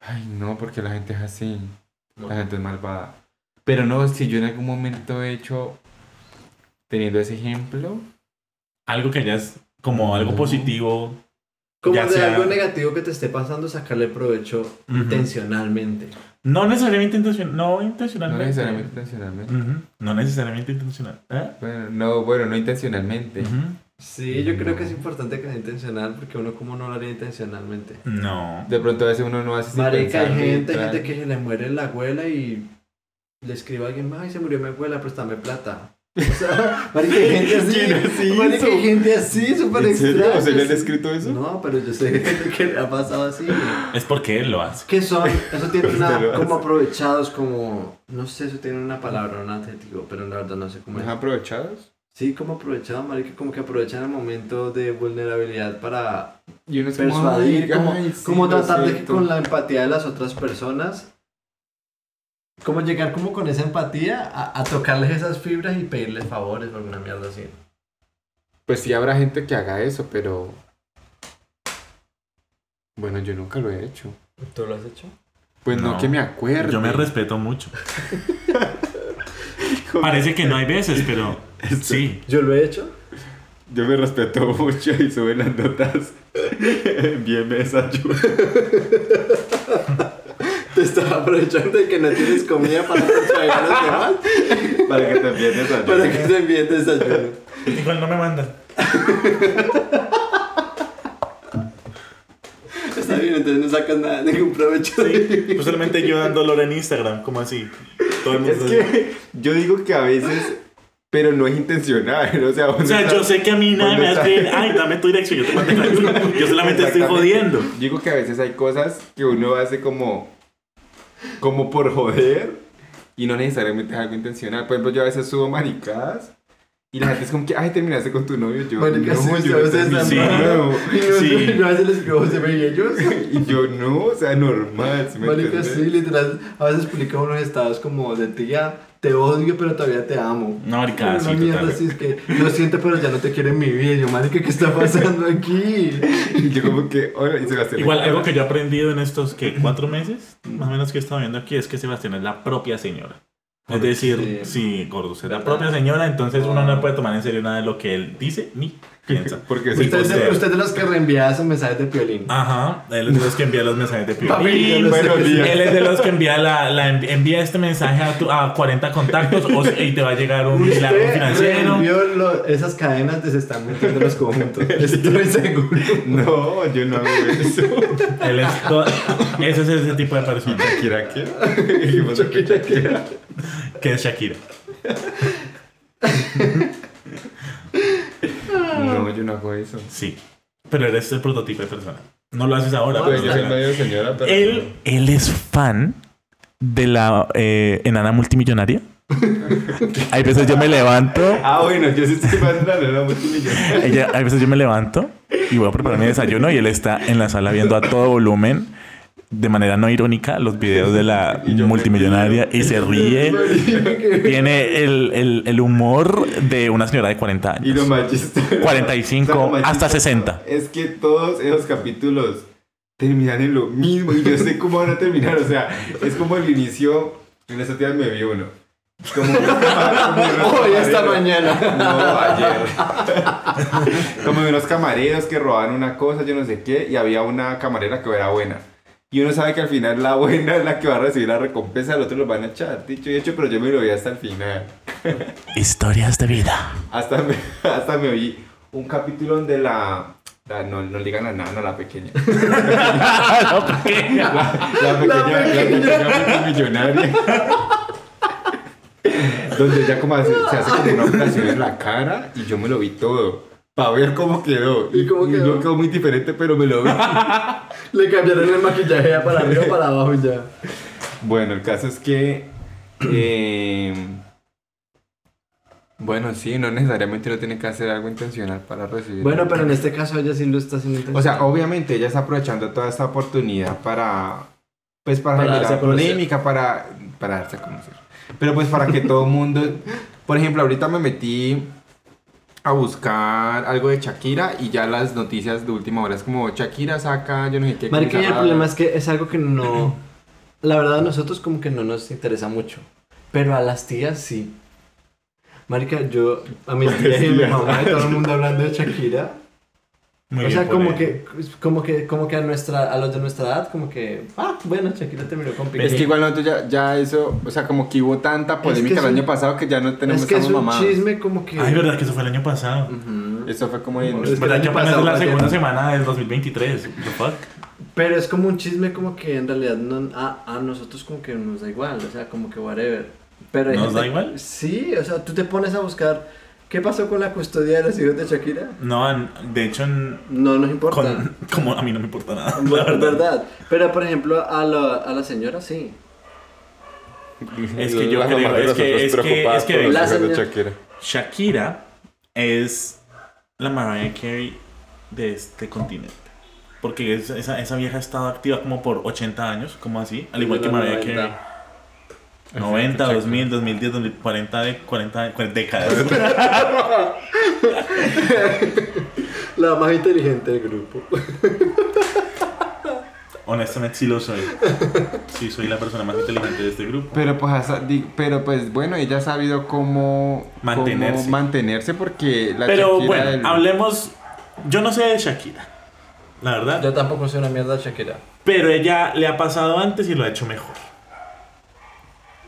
[SPEAKER 1] Ay, no, porque la gente es así. La
[SPEAKER 2] Bueno.
[SPEAKER 1] gente es malvada. Pero no, si yo en algún momento he hecho, teniendo ese ejemplo,
[SPEAKER 3] Algo que ya es como algo
[SPEAKER 1] No.
[SPEAKER 3] positivo.
[SPEAKER 2] Como
[SPEAKER 3] Ya
[SPEAKER 2] de
[SPEAKER 3] sea-
[SPEAKER 2] algo negativo que te esté pasando, sacarle provecho
[SPEAKER 3] Ujú.
[SPEAKER 2] intencionalmente.
[SPEAKER 3] No necesariamente intencional. No
[SPEAKER 1] no
[SPEAKER 3] intencionalmente.
[SPEAKER 1] necesariamente intencionalmente.
[SPEAKER 3] Ujú, No necesariamente intencional. ¿Eh?
[SPEAKER 1] Bueno, no, bueno, no intencionalmente.
[SPEAKER 3] Ujú.
[SPEAKER 2] Sí, yo creo que es importante que sea intencional porque uno como no lo haría intencionalmente.
[SPEAKER 3] No.
[SPEAKER 1] De pronto a veces uno no hace sin
[SPEAKER 2] Marica, hay
[SPEAKER 1] pensarlo y
[SPEAKER 2] gente, hay
[SPEAKER 1] tal.
[SPEAKER 2] gente que se le muere la abuela y le escribe a alguien más, ay, se murió mi abuela, préstame plata. O sea, <laughs> marica, hay gente
[SPEAKER 1] ¿Quién hace
[SPEAKER 2] así,
[SPEAKER 1] eso?
[SPEAKER 2] marica, hay gente así, súper
[SPEAKER 1] ¿En serio?
[SPEAKER 2] extraña.
[SPEAKER 1] ¿O se le han
[SPEAKER 2] sí.
[SPEAKER 1] escrito eso?
[SPEAKER 2] No, pero yo sé <laughs> gente que le ha pasado así.
[SPEAKER 3] Es porque él lo hace.
[SPEAKER 2] ¿Qué <laughs> son? Eso tiene
[SPEAKER 1] Usted lo
[SPEAKER 2] una, como
[SPEAKER 1] hace.
[SPEAKER 2] aprovechados, como, no sé, eso tiene una palabra, un adjetivo, pero la verdad no sé cómo
[SPEAKER 1] ¿No
[SPEAKER 2] es.
[SPEAKER 1] es aprovechados?
[SPEAKER 2] Sí, como aprovechado, marica, como que aprovechan el momento de vulnerabilidad para
[SPEAKER 1] Y uno es como,
[SPEAKER 2] persuadir,
[SPEAKER 1] ay,
[SPEAKER 2] como,
[SPEAKER 1] ay, sí,
[SPEAKER 2] como
[SPEAKER 1] lo
[SPEAKER 2] tratar de que
[SPEAKER 1] siento.
[SPEAKER 2] con la empatía de las otras personas, como llegar como con esa empatía a, a tocarles esas fibras y pedirles favores o alguna mierda así.
[SPEAKER 1] Pues sí habrá gente que haga eso, pero... Bueno, yo nunca lo he hecho.
[SPEAKER 2] ¿Tú lo has hecho?
[SPEAKER 1] Pues no,
[SPEAKER 3] No.
[SPEAKER 1] que me acuerdo.
[SPEAKER 3] Yo me respeto mucho. Parece que no hay veces, pero sí.
[SPEAKER 2] Yo lo he hecho.
[SPEAKER 1] Yo me respeto mucho y suben las notas. <laughs> Envíeme esa ayuda.
[SPEAKER 2] <laughs> Te estás aprovechando de que no tienes comida para persuadir a los demás,
[SPEAKER 1] <laughs> Para que te envíen esa ayuda.
[SPEAKER 2] <laughs> para que te envíen desayuno.
[SPEAKER 3] <laughs> Igual no me manda.
[SPEAKER 2] Está bien, entonces no sacas nada, <laughs> ningún provecho. de-
[SPEAKER 3] Pues solamente yo dando dolor en Instagram, como así. Todo el mundo
[SPEAKER 1] Es que yo digo que a veces, pero no es intencional. <laughs> O sea,
[SPEAKER 3] O sea, yo sé que a mí nada me
[SPEAKER 1] ¿Dónde
[SPEAKER 3] hace. Ay, dame tu dirección, yo te mando la dirección. Yo solamente estoy jodiendo.
[SPEAKER 1] Digo que a veces hay cosas que uno hace como, como por joder y no necesariamente es algo intencional. Por ejemplo, yo a veces subo maricadas. Y la gente es como que, ay, terminaste con tu novio. Yo,
[SPEAKER 2] Marica, sí,
[SPEAKER 1] no, yo no
[SPEAKER 2] ustedes
[SPEAKER 1] terminé,
[SPEAKER 3] sí.
[SPEAKER 1] no.
[SPEAKER 2] Y yo- <laughs>
[SPEAKER 3] Sí.
[SPEAKER 2] yo a veces les escribo, ¿se ven ellos?
[SPEAKER 1] <laughs> Y yo, no, o sea, normal. ¿sí me
[SPEAKER 2] Marica,
[SPEAKER 1] entiendes?
[SPEAKER 2] sí, literal. A veces publica unos estados como de tía, te odio, pero todavía te amo.
[SPEAKER 3] No, marica,
[SPEAKER 2] Una
[SPEAKER 3] sí,
[SPEAKER 2] mierda
[SPEAKER 3] total.
[SPEAKER 2] así es que lo siento, pero ya no te quiero en mi vida. Yo, marica, ¿qué está pasando aquí?
[SPEAKER 1] Y yo como que, hola, y se va a hacer
[SPEAKER 3] Igual, algo que yo he aprendido en estos, que ¿Cuatro meses? Más o menos que he estado viendo aquí es que Sebastián es la propia señora. Es decir, sí, gordo, es la propia señora, entonces uno
[SPEAKER 2] Ah.
[SPEAKER 3] no puede tomar en serio nada de lo que él dice
[SPEAKER 2] <laughs>
[SPEAKER 3] ni piensa.
[SPEAKER 1] Porque
[SPEAKER 3] Sí, Ah,
[SPEAKER 1] sí,
[SPEAKER 2] Usted es, de,
[SPEAKER 3] postea.
[SPEAKER 2] usted es de los que reenvía esos mensajes de piolín.
[SPEAKER 3] Ajá, él es de los que envía los mensajes de
[SPEAKER 2] Papi, yo no
[SPEAKER 3] piolín.
[SPEAKER 2] sé
[SPEAKER 1] buenos
[SPEAKER 2] qué-
[SPEAKER 1] días.
[SPEAKER 3] Pues, Él es de los que envía la, la envi- envía este mensaje a, tu- a 40 contactos o, si- y te va a llegar un milagro
[SPEAKER 2] Usted
[SPEAKER 3] financiero.
[SPEAKER 2] reenvió lo- esas cadenas que se están metiendo los
[SPEAKER 3] <laughs>
[SPEAKER 2] conjuntos. Estoy seguro.
[SPEAKER 1] No, yo no hago eso.
[SPEAKER 2] <laughs>
[SPEAKER 3] Él es to- ese es ese tipo de persona
[SPEAKER 1] ¿Shakira
[SPEAKER 2] <laughs>
[SPEAKER 1] qué? Dijimos que Shakira.
[SPEAKER 3] que es Shakira.
[SPEAKER 1] No, yo no hago eso.
[SPEAKER 3] Sí, pero eres el prototipo de persona. No lo haces ahora.
[SPEAKER 1] Pues
[SPEAKER 3] pero
[SPEAKER 1] yo soy
[SPEAKER 3] bueno.
[SPEAKER 1] medio señora, pero.
[SPEAKER 3] Él, él es fan de la eh, enana <laughs> multimillonaria. Hay veces yo me levanto.
[SPEAKER 1] Ah, bueno, yo sí estoy más grande, no, multimillonario.
[SPEAKER 3] ella- a veces yo me levanto y voy a preparar mi desayuno y él está en la sala viendo a todo volumen, de manera no irónica, los videos de la
[SPEAKER 1] Y yo me
[SPEAKER 3] multimillonaria y
[SPEAKER 2] <laughs>
[SPEAKER 3] se ríe.
[SPEAKER 2] Marica.
[SPEAKER 3] Tiene el, el- el humor de una señora de 40
[SPEAKER 1] Y lo
[SPEAKER 3] años.
[SPEAKER 1] machista.
[SPEAKER 3] 45
[SPEAKER 1] O sea, lo
[SPEAKER 3] hasta 60.
[SPEAKER 1] Es que todos esos capítulos terminan en lo mismo y yo sé cómo van a terminar. O sea, es como el inicio. En estos días me vi uno. Como, como
[SPEAKER 2] <laughs> Hoy, esta
[SPEAKER 1] mañana.
[SPEAKER 2] mañana.
[SPEAKER 1] No, ayer. <laughs> Como de unos camareros que robaban una cosa, yo no sé qué, y había una camarera que era buena. Y uno sabe que al final la buena es la que va a recibir la recompensa, al otro lo van a echar, dicho y hecho, pero yo me lo vi hasta el final.
[SPEAKER 3] Historias de vida.
[SPEAKER 1] Hasta me, <laughs> hasta me oí un capítulo donde la... la- no, no le digan la nana, la pequeña. <laughs>
[SPEAKER 3] No, ¿por qué?
[SPEAKER 1] La, la pequeña, la pequeña millonaria. <laughs> Donde ella como hace- se hace como una operación en la cara y yo me lo vi todo. Para ver cómo quedó.
[SPEAKER 2] ¿Y cómo quedó?
[SPEAKER 1] yo quedó muy diferente, pero me lo vi.
[SPEAKER 2] Le cambiaron el maquillaje para <laughs> arriba o para abajo y ya.
[SPEAKER 1] bueno, el caso es que... eh, bueno, sí, no necesariamente uno tiene que hacer algo intencional para recibir.
[SPEAKER 2] Bueno, pero en este caso ella sí lo está haciendo.
[SPEAKER 1] O sea, obviamente ella está aprovechando toda esta oportunidad para... Pues para,
[SPEAKER 2] Para darse
[SPEAKER 1] generar
[SPEAKER 2] a conocer.
[SPEAKER 1] polémica, para, para darse a conocer. Pero pues para que todo el mundo... Por ejemplo, ahorita me metí a buscar algo de Shakira y ya las noticias de última hora es como Shakira saca, yo no sé qué...
[SPEAKER 2] Marica, y el
[SPEAKER 1] cosa".
[SPEAKER 2] problema es que es algo que no. La verdad, a nosotros como que no nos interesa mucho. Pero a las tías sí. Marica, yo. A mis tías y a mi mamá y todo el mundo hablando de Shakira.
[SPEAKER 3] Muy
[SPEAKER 2] o
[SPEAKER 3] bien
[SPEAKER 2] sea,
[SPEAKER 3] por
[SPEAKER 2] como
[SPEAKER 3] él.
[SPEAKER 2] que, como que. Como que a nuestra. A los de nuestra edad, como que. Ah, bueno, Shakira terminó con Piqué.
[SPEAKER 1] Es que igual nosotros ya, ya eso... O sea, como que hubo tanta polémica
[SPEAKER 2] es
[SPEAKER 1] el
[SPEAKER 2] un-
[SPEAKER 1] año pasado que ya no tenemos
[SPEAKER 2] Es que es
[SPEAKER 1] estamos
[SPEAKER 2] un
[SPEAKER 1] mamados.
[SPEAKER 2] chisme como que.
[SPEAKER 3] Ay, verdad que eso fue el año pasado. Pues,
[SPEAKER 2] Ujú.
[SPEAKER 1] Eso fue como en...
[SPEAKER 2] Es que el
[SPEAKER 3] verdad
[SPEAKER 2] año
[SPEAKER 3] que apenas
[SPEAKER 2] pasado
[SPEAKER 3] es la
[SPEAKER 2] fue
[SPEAKER 3] segunda
[SPEAKER 2] ayer.
[SPEAKER 3] semana del 2023. The fuck?
[SPEAKER 2] Pero es como un chisme como que en realidad no, a, a nosotros como que nos da igual, o sea, como que whatever. Pero hay
[SPEAKER 3] ¿Nos
[SPEAKER 2] gente-
[SPEAKER 3] da igual?
[SPEAKER 2] Sí, o sea, tú te pones a buscar qué pasó con la custodia de los hijos de Shakira.
[SPEAKER 3] No, en- de hecho, en-
[SPEAKER 2] No nos importa.
[SPEAKER 3] con- como a mí no me importa nada.
[SPEAKER 2] Bu-
[SPEAKER 3] La verdad.
[SPEAKER 2] verdad. Pero por ejemplo, a la, a la señora sí.
[SPEAKER 1] <laughs>
[SPEAKER 3] Es que yo creo-
[SPEAKER 1] mamá de
[SPEAKER 3] es que-
[SPEAKER 1] nosotros
[SPEAKER 3] es que-
[SPEAKER 1] preocupadas
[SPEAKER 3] es que-
[SPEAKER 1] por los
[SPEAKER 2] La
[SPEAKER 1] hijos de
[SPEAKER 2] señora-
[SPEAKER 1] Shakira.
[SPEAKER 3] Shakira es la Mariah Carey de este continente. Porque es- esa, esa vieja ha estado activa como por 80 años, como así, al igual que
[SPEAKER 2] Desde los
[SPEAKER 3] Mariah
[SPEAKER 2] 90.
[SPEAKER 3] Carey. 90,
[SPEAKER 1] Exacto.
[SPEAKER 3] 2000, 2010, 2000, 40, de- 40, 40 décadas.
[SPEAKER 2] La más inteligente del grupo.
[SPEAKER 3] Honestamente sí lo soy. Sí, soy la persona más inteligente de este grupo.
[SPEAKER 1] Pero pues, hasta- di- pero pues bueno, ella ha sabido cómo
[SPEAKER 3] Mantenerse.
[SPEAKER 1] cómo mantenerse porque la
[SPEAKER 3] Pero
[SPEAKER 1] Shakira
[SPEAKER 3] bueno,
[SPEAKER 1] del-
[SPEAKER 3] hablemos... Yo no sé de Shakira, la verdad.
[SPEAKER 2] Yo tampoco soy una mierda de Shakira.
[SPEAKER 3] Pero ella le ha pasado antes y lo ha hecho mejor.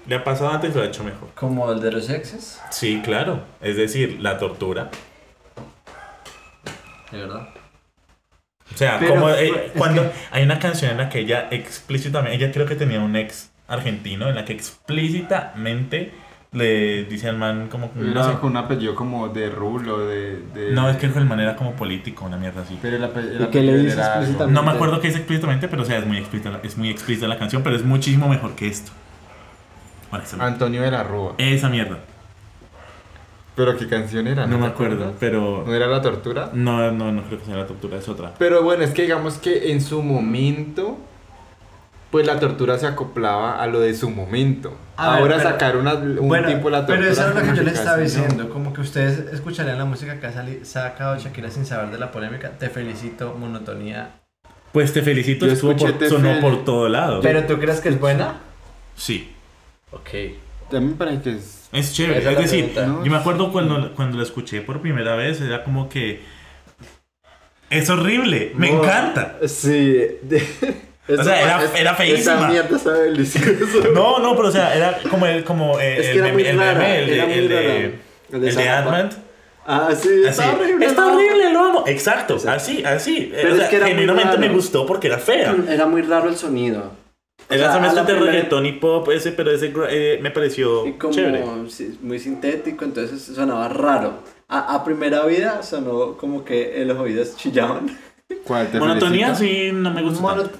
[SPEAKER 3] Le ha pasado antes y lo ha hecho mejor.
[SPEAKER 2] Como el de los exes,
[SPEAKER 3] Sí, claro. Es decir, la tortura.
[SPEAKER 2] de verdad.
[SPEAKER 3] O sea,
[SPEAKER 2] Pero
[SPEAKER 3] como eh,
[SPEAKER 2] fue- es
[SPEAKER 3] cuando hay una canción en la que ella explícitamente, ella creo que tenía un ex argentino en la que explícitamente le dice al man como
[SPEAKER 1] Hubiera
[SPEAKER 3] no,
[SPEAKER 1] sido con un apellido como de rulo, de... de-
[SPEAKER 3] no, es que el man era como político, una mierda así.
[SPEAKER 1] Pero el ape- el
[SPEAKER 2] ¿Y qué
[SPEAKER 1] apellido
[SPEAKER 2] le dice
[SPEAKER 1] era algo.
[SPEAKER 2] explícitamente?
[SPEAKER 3] No me acuerdo qué es explícitamente, pero o sea, es muy explícita, la- es muy explícita la canción, pero es muchísimo mejor que esto. Bueno, esa,
[SPEAKER 1] Antonio de la Rúa.
[SPEAKER 3] esa mierda.
[SPEAKER 1] Pero qué canción era,
[SPEAKER 3] No me
[SPEAKER 1] Ah, ¿Te
[SPEAKER 3] acuerdo,
[SPEAKER 1] acuerdas?
[SPEAKER 3] pero
[SPEAKER 1] ¿No era La Tortura?
[SPEAKER 3] no, no, no creo que sea la tortura, es otra.
[SPEAKER 1] Pero bueno, es que digamos que en su momento, pues la tortura se acoplaba a lo de su momento.
[SPEAKER 2] A ver,
[SPEAKER 1] Ahora
[SPEAKER 2] pero-
[SPEAKER 1] sacar una, un tipo la tortura.
[SPEAKER 2] pero eso es lo que yo les estaba
[SPEAKER 1] casi, ¿no?
[SPEAKER 2] diciendo, como que ustedes escucharían la música que ha sali- sacado Shakira sin saber de la polémica. Te felicito, monotonía.
[SPEAKER 3] Pues te felicito,
[SPEAKER 1] Yo
[SPEAKER 3] estuvo por,
[SPEAKER 1] escuché Te
[SPEAKER 3] sonó
[SPEAKER 1] Fel-
[SPEAKER 3] por todo lado.
[SPEAKER 2] Pero tú crees que es buena?
[SPEAKER 3] Sí.
[SPEAKER 2] Ok.
[SPEAKER 1] También para que es...
[SPEAKER 3] Es chévere,
[SPEAKER 2] Esa es
[SPEAKER 3] es
[SPEAKER 2] la
[SPEAKER 3] decir,
[SPEAKER 2] pregunta.
[SPEAKER 1] No,
[SPEAKER 3] yo me acuerdo cuando, cuando la escuché por primera vez, era como que... Es horrible, me
[SPEAKER 2] No.
[SPEAKER 3] encanta.
[SPEAKER 2] Sí. <laughs>
[SPEAKER 3] O sea, era- era feísima.
[SPEAKER 2] sabe delicioso.
[SPEAKER 3] No, no, pero o sea, era como el, como eh,
[SPEAKER 2] Es que
[SPEAKER 3] el,
[SPEAKER 2] era
[SPEAKER 3] meme-
[SPEAKER 2] muy
[SPEAKER 3] el
[SPEAKER 2] rara,
[SPEAKER 3] meme, el, de-
[SPEAKER 2] era muy
[SPEAKER 3] el de,
[SPEAKER 2] rara.
[SPEAKER 3] el de
[SPEAKER 2] Zapata.
[SPEAKER 3] Ant-Man.
[SPEAKER 2] Ah, sí,
[SPEAKER 3] Así,
[SPEAKER 2] está horrible.
[SPEAKER 3] Está
[SPEAKER 2] ¿no?
[SPEAKER 3] horrible, lo amo. Exacto, así, así.
[SPEAKER 2] Pero
[SPEAKER 3] O
[SPEAKER 2] es
[SPEAKER 3] sea,
[SPEAKER 2] que era muy
[SPEAKER 3] genuinamente me
[SPEAKER 2] raro.
[SPEAKER 3] gustó porque era fea.
[SPEAKER 2] Era muy raro el sonido. O sea,
[SPEAKER 3] Era esa
[SPEAKER 2] a la
[SPEAKER 3] mezcla de
[SPEAKER 2] primera-
[SPEAKER 3] reggaetón y pop, ese, pero ese gra- eh, me pareció
[SPEAKER 2] Y como
[SPEAKER 3] chévere.
[SPEAKER 2] sí, muy sintético, entonces sonaba raro. A, a primera vida sonó como que en los oídos chillaban.
[SPEAKER 1] <laughs> ¿Cuál te
[SPEAKER 3] Monotonía
[SPEAKER 1] felicito?
[SPEAKER 3] sí, no me gusta.
[SPEAKER 2] Mono- eh,
[SPEAKER 3] tanto.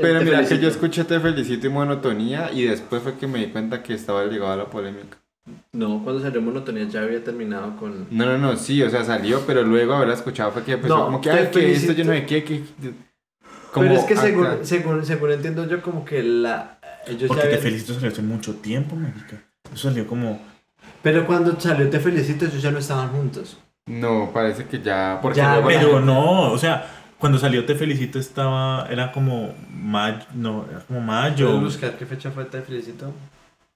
[SPEAKER 1] Pero
[SPEAKER 2] Te
[SPEAKER 1] mira que
[SPEAKER 2] felicito.
[SPEAKER 1] yo escuché Te Felicito y Monotonía y después fue que me di cuenta que estaba ligado a la polémica.
[SPEAKER 2] No, cuando salió Monotonía ya había terminado con...
[SPEAKER 1] No, no, no, sí, o sea, salió, pero luego haberla escuchado fue que empezó
[SPEAKER 2] No,
[SPEAKER 1] como que,
[SPEAKER 2] Te
[SPEAKER 1] ay, que esto
[SPEAKER 2] Felicito.
[SPEAKER 1] yo no sé qué, que...
[SPEAKER 2] Pero es que
[SPEAKER 1] acá-
[SPEAKER 2] según, según, según entiendo yo, como que la... Ellos
[SPEAKER 3] Porque
[SPEAKER 2] ya
[SPEAKER 3] te
[SPEAKER 2] habían-
[SPEAKER 3] felicito salió hace mucho tiempo, marica. Eso salió como.
[SPEAKER 2] Pero cuando salió Te Felicito, ellos ya no estaban juntos.
[SPEAKER 1] No, parece que ya... Porque
[SPEAKER 2] Ya,
[SPEAKER 1] luego la-
[SPEAKER 3] Pero no, o sea, cuando salió Te Felicito estaba. Era como. Mayo. No, era como
[SPEAKER 2] Puedes
[SPEAKER 3] mayo.
[SPEAKER 2] buscar qué fecha fue Te Felicito.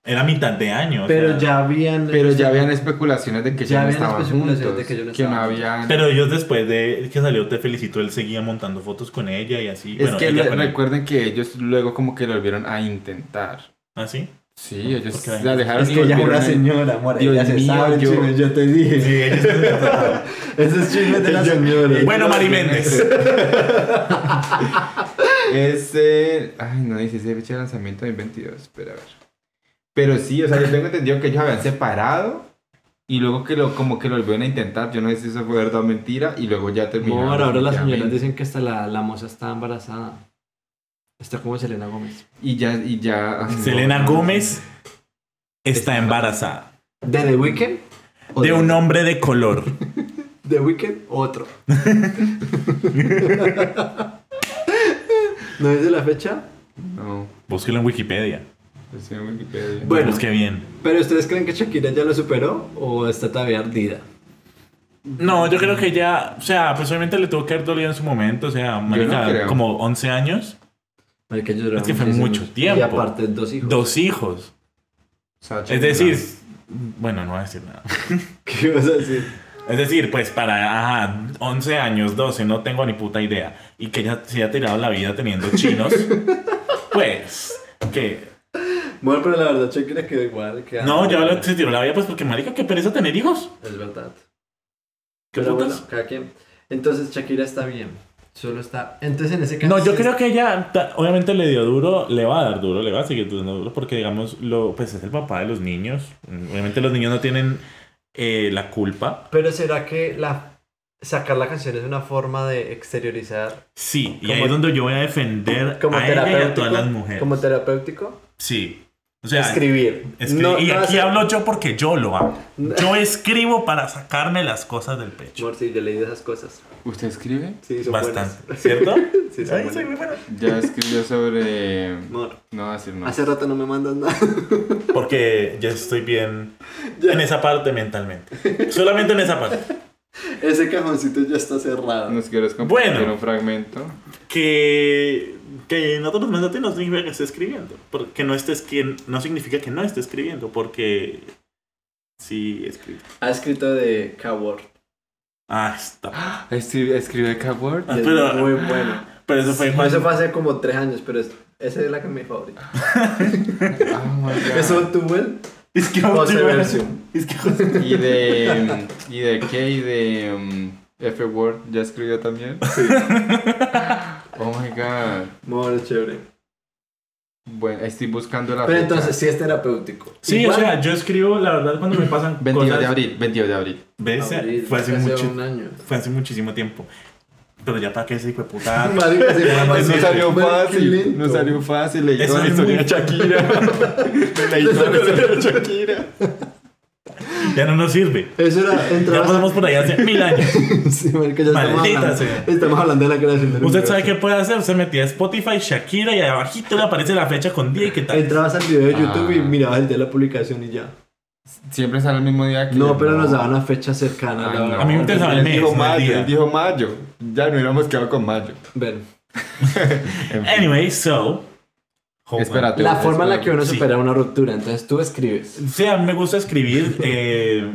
[SPEAKER 3] Era mitad de año. o
[SPEAKER 2] Pero
[SPEAKER 3] sea.
[SPEAKER 2] ya habían...
[SPEAKER 1] Pero ya habían especulaciones de que
[SPEAKER 2] Ya
[SPEAKER 1] ya, no
[SPEAKER 2] habían
[SPEAKER 1] estaban
[SPEAKER 2] especulaciones
[SPEAKER 1] juntos,
[SPEAKER 2] de que
[SPEAKER 1] que,
[SPEAKER 2] ya no
[SPEAKER 1] no
[SPEAKER 2] estaban
[SPEAKER 1] habían...
[SPEAKER 3] Pero ellos después de que salió Te Felicito, él seguía montando fotos con ella y así.
[SPEAKER 1] es
[SPEAKER 3] bueno,
[SPEAKER 1] que
[SPEAKER 3] ella
[SPEAKER 1] le-
[SPEAKER 3] con él.
[SPEAKER 1] recuerden que ellos luego como que lo volvieron a intentar.
[SPEAKER 3] ¿Ah, sí?
[SPEAKER 1] Sí, ellos
[SPEAKER 3] Porque la-
[SPEAKER 1] la dejaron
[SPEAKER 4] Es
[SPEAKER 1] y
[SPEAKER 4] que ella es
[SPEAKER 1] volvieron
[SPEAKER 4] una
[SPEAKER 1] a-
[SPEAKER 4] señora, amor.
[SPEAKER 1] Dios
[SPEAKER 4] ella se
[SPEAKER 1] mío,
[SPEAKER 4] sabe el
[SPEAKER 1] yo-
[SPEAKER 4] chisme, yo te dije.
[SPEAKER 3] Sí, ellos <laughs>
[SPEAKER 4] Ese es chisme de la señora.
[SPEAKER 3] Bueno,
[SPEAKER 1] <laughs>
[SPEAKER 3] Mari Méndez.
[SPEAKER 1] Ese. Este, Ay, no dice ese fecha de lanzamiento del 22. Espera, a ver. Pero sí, o sea, yo tengo entendido que ellos habían separado. Y luego que lo, como que lo volvieron a intentar. Yo no sé si eso fue verdad o mentira. Y luego ya terminaron.
[SPEAKER 4] Amor, ahora las señoras
[SPEAKER 1] definitivamente.
[SPEAKER 4] dicen que hasta la, la moza está embarazada. Está como Selena Gómez.
[SPEAKER 1] Y ya, y ya. ay, no,
[SPEAKER 3] Selena
[SPEAKER 1] no, no.
[SPEAKER 3] Gómez está embarazada
[SPEAKER 4] ¿De The Weeknd? ¿O
[SPEAKER 3] de un hombre de color.
[SPEAKER 4] ¿The Weeknd? Otro.
[SPEAKER 3] <laughs>
[SPEAKER 4] ¿No es de la fecha?
[SPEAKER 1] No,
[SPEAKER 3] Búsquelo en Wikipedia.
[SPEAKER 1] estoy en Wikipedia.
[SPEAKER 4] Bueno.
[SPEAKER 3] Busque bien.
[SPEAKER 4] ¿Pero ustedes creen que Shakira ya lo superó o está todavía ardida?
[SPEAKER 3] No, yo creo que ya, o sea, pues obviamente le tuvo que haber dolido en su momento, o sea, marica,
[SPEAKER 1] creo.
[SPEAKER 3] como 11 años,
[SPEAKER 4] Marica, yo
[SPEAKER 3] Es que fue
[SPEAKER 4] muchísimo.
[SPEAKER 3] mucho tiempo.
[SPEAKER 4] Y aparte, dos hijos.
[SPEAKER 3] dos hijos.
[SPEAKER 1] Sacha
[SPEAKER 3] Es
[SPEAKER 1] Gray.
[SPEAKER 3] decir, bueno, no voy a decir nada.
[SPEAKER 2] <laughs>
[SPEAKER 4] ¿Qué vas a decir?
[SPEAKER 3] Es decir, pues para, ajá, 11 años, 12, no tengo ni puta idea, y que ella se haya tirado la vida teniendo
[SPEAKER 2] <laughs>
[SPEAKER 3] chinos, pues, que...
[SPEAKER 2] Bueno, pero la verdad, Shakira quedó igual. Que
[SPEAKER 3] No, ya lo- se tiró la vida, pues porque, marica, qué pereza tener hijos.
[SPEAKER 2] Es verdad.
[SPEAKER 3] ¿Qué
[SPEAKER 2] Pero
[SPEAKER 3] putas?
[SPEAKER 2] bueno, cada quien. Entonces Shakira está bien. Solo está. Entonces en ese caso.
[SPEAKER 3] No, yo
[SPEAKER 2] sí
[SPEAKER 3] creo que ella ta- obviamente le dio duro, le va a dar duro, le va a seguir dando duro, porque digamos, lo, pues es el papá de los niños. Obviamente los niños no tienen eh, la culpa.
[SPEAKER 2] Pero será que la sacar la canción es una forma de exteriorizar
[SPEAKER 3] Sí, y
[SPEAKER 2] Como-
[SPEAKER 3] ahí es donde yo voy a defender
[SPEAKER 2] como
[SPEAKER 3] a ella y a
[SPEAKER 2] terapéutico.
[SPEAKER 3] todas las mujeres.
[SPEAKER 2] Como terapéutico.
[SPEAKER 3] Sí. O sea,
[SPEAKER 2] escribir.
[SPEAKER 3] escri-
[SPEAKER 2] No-
[SPEAKER 3] y
[SPEAKER 2] no
[SPEAKER 3] aquí
[SPEAKER 2] hacer-
[SPEAKER 3] hablo yo porque yo lo hago. Yo escribo para sacarme las cosas del pecho.
[SPEAKER 2] Amor, sí, yo leí de esas cosas.
[SPEAKER 1] ¿Usted escribe?
[SPEAKER 2] Sí, son
[SPEAKER 3] Bastante,
[SPEAKER 2] buenas.
[SPEAKER 3] ¿cierto?
[SPEAKER 2] <laughs> Sí, son
[SPEAKER 3] Ay,
[SPEAKER 2] buenas.
[SPEAKER 3] soy muy bueno.
[SPEAKER 1] Ya escribió sobre.
[SPEAKER 2] Amor,
[SPEAKER 1] No voy a decir nada.
[SPEAKER 2] hace rato no me mandas nada. <laughs>
[SPEAKER 3] Porque ya estoy bien
[SPEAKER 2] Ya.
[SPEAKER 3] en esa parte mentalmente. Solamente en esa parte.
[SPEAKER 2] Ese cajoncito ya está cerrado.
[SPEAKER 1] Nos quieres compartir
[SPEAKER 3] Bueno.
[SPEAKER 1] un fragmento.
[SPEAKER 3] que que no te los mandaste no significa que esté escribiendo porque no estés que no significa que no esté escribiendo porque sí escribe
[SPEAKER 2] Ha escrito de Coward.
[SPEAKER 3] ah está
[SPEAKER 1] Escribe, escribe Coward.
[SPEAKER 2] <laughs>
[SPEAKER 3] Ah,
[SPEAKER 2] y es
[SPEAKER 3] pero-
[SPEAKER 2] muy bueno.
[SPEAKER 3] pero eso fue cuando
[SPEAKER 2] Eso fue hace como tres años, pero es- esa es la que es mi favorita.
[SPEAKER 1] Oh my God.
[SPEAKER 2] ¿Eso tuvo él?
[SPEAKER 3] es que
[SPEAKER 2] O
[SPEAKER 3] José
[SPEAKER 2] Seversium.
[SPEAKER 3] es que José-
[SPEAKER 1] ¿Y
[SPEAKER 4] <laughs>
[SPEAKER 1] de, mm, y de qué? ¿Y de um, F Word? ¿Ya escribió también? <laughs> Oh my god.
[SPEAKER 2] Amor, es chévere.
[SPEAKER 1] Bueno, estoy buscando la
[SPEAKER 2] Pero
[SPEAKER 1] fecha.
[SPEAKER 2] entonces sí es terapéutico.
[SPEAKER 3] sí o
[SPEAKER 2] Igual,
[SPEAKER 3] sea yo escribo la verdad cuando me pasan
[SPEAKER 1] 22 de
[SPEAKER 3] cosas
[SPEAKER 1] abril, 22 de abril.
[SPEAKER 3] ¿Ves?
[SPEAKER 2] abril,
[SPEAKER 3] fue hace mucho
[SPEAKER 2] un año.
[SPEAKER 3] fue hace muchísimo tiempo pero ya para qué ese hijo de
[SPEAKER 1] <laughs>
[SPEAKER 3] puta
[SPEAKER 2] Marica, sí,
[SPEAKER 1] No
[SPEAKER 2] mamá, sí,
[SPEAKER 1] salió
[SPEAKER 2] marica, qué
[SPEAKER 1] fácil,
[SPEAKER 2] lento.
[SPEAKER 1] no salió falió Le
[SPEAKER 3] Eso
[SPEAKER 1] hizo la
[SPEAKER 3] es
[SPEAKER 1] historia
[SPEAKER 3] muy-
[SPEAKER 1] de
[SPEAKER 3] <laughs>
[SPEAKER 1] Shakira. Le hizo la historia de Shakira.
[SPEAKER 3] ya no nos sirve
[SPEAKER 2] Eso era
[SPEAKER 3] ya
[SPEAKER 2] entrabas
[SPEAKER 3] pasamos por allá hace
[SPEAKER 1] <laughs>
[SPEAKER 3] mil años
[SPEAKER 4] <laughs> Sí, marica, ya estamos
[SPEAKER 3] Maldita
[SPEAKER 4] hablando,
[SPEAKER 3] sea.
[SPEAKER 4] estamos hablando de la creación
[SPEAKER 3] usted
[SPEAKER 4] del universo.
[SPEAKER 3] sabe qué puede hacer usted metía Spotify Shakira y abajito le aparece la fecha con día y qué
[SPEAKER 1] Eh,
[SPEAKER 3] tal
[SPEAKER 4] Entrabas al video de YouTube y
[SPEAKER 1] Ah.
[SPEAKER 4] mirabas el de la publicación y ya.
[SPEAKER 1] Siempre sale el mismo día que.
[SPEAKER 4] No, pero nos daban una fecha cercana.
[SPEAKER 1] Ay,
[SPEAKER 4] la
[SPEAKER 1] no.
[SPEAKER 4] verdad.
[SPEAKER 3] A mí me interesaba el
[SPEAKER 1] Él
[SPEAKER 3] mes,
[SPEAKER 1] dijo
[SPEAKER 3] no el
[SPEAKER 1] mayo,
[SPEAKER 3] día.
[SPEAKER 1] él dijo mayo. Ya no hubiéramos quedado con mayo.
[SPEAKER 4] Ven.
[SPEAKER 1] En fin.
[SPEAKER 3] anyway so Oh,
[SPEAKER 1] Espérate.
[SPEAKER 4] La forma en la que uno
[SPEAKER 3] Sí.
[SPEAKER 4] supera una ruptura, entonces tú escribes.
[SPEAKER 3] Sí, a mí me gusta escribir
[SPEAKER 1] <laughs>
[SPEAKER 3] eh,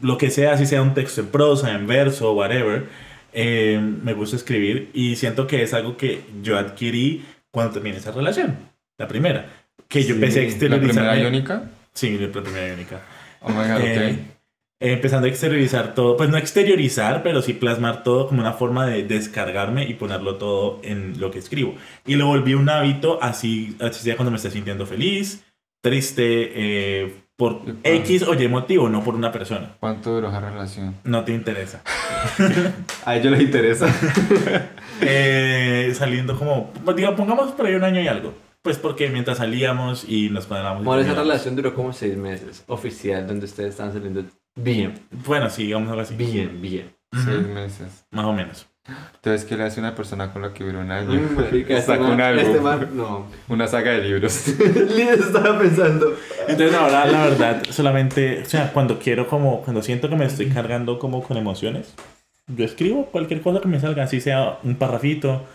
[SPEAKER 3] lo que sea, si sea un texto en prosa, en verso, whatever. eh, me gusta escribir y siento que es algo que yo adquirí cuando terminé esa relación, la primera. Que yo empecé a
[SPEAKER 1] ¿La primera
[SPEAKER 3] exteriorizar.
[SPEAKER 1] iónica?
[SPEAKER 3] Sí, la primera iónica.
[SPEAKER 1] Oh my god,
[SPEAKER 3] Eh,
[SPEAKER 1] ok.
[SPEAKER 3] eh, empezando a exteriorizar todo, pues no exteriorizar, pero sí plasmar todo como una forma de descargarme y ponerlo todo en lo que escribo. Y lo volví un hábito, así, así sea cuando me esté sintiendo feliz, triste, eh, Por X o Y motivo, no por una persona.
[SPEAKER 1] ¿Cuánto duró esa relación?
[SPEAKER 3] No
[SPEAKER 6] <laughs>
[SPEAKER 3] te interesa.
[SPEAKER 7] A ellos les interesa.
[SPEAKER 3] Eh, saliendo como, digo, pongamos por ahí un año y algo. Pues porque mientras salíamos y nos cuadrábamos. y
[SPEAKER 6] Bueno, esa
[SPEAKER 3] comíamos.
[SPEAKER 6] relación duró como seis meses, oficial, donde ustedes están saliendo bien,
[SPEAKER 3] Bueno, sí, digamos algo así.
[SPEAKER 6] bien, bien.
[SPEAKER 3] Ujú,
[SPEAKER 1] Seis meses.
[SPEAKER 3] Más o menos.
[SPEAKER 1] Entonces, ¿qué le hace una persona con la que duró un <laughs> año?
[SPEAKER 6] Mm, marica, este
[SPEAKER 1] Saca un
[SPEAKER 6] man-
[SPEAKER 1] álbum.
[SPEAKER 6] Este man, no.
[SPEAKER 2] <laughs>
[SPEAKER 1] Una saga de
[SPEAKER 3] <laughs>
[SPEAKER 1] libros.
[SPEAKER 2] Liz estaba pensando.
[SPEAKER 3] Entonces ahora la verdad solamente, o sea, cuando quiero como, cuando siento que me estoy cargando como con emociones, yo escribo cualquier cosa que me salga, así sea un parrafito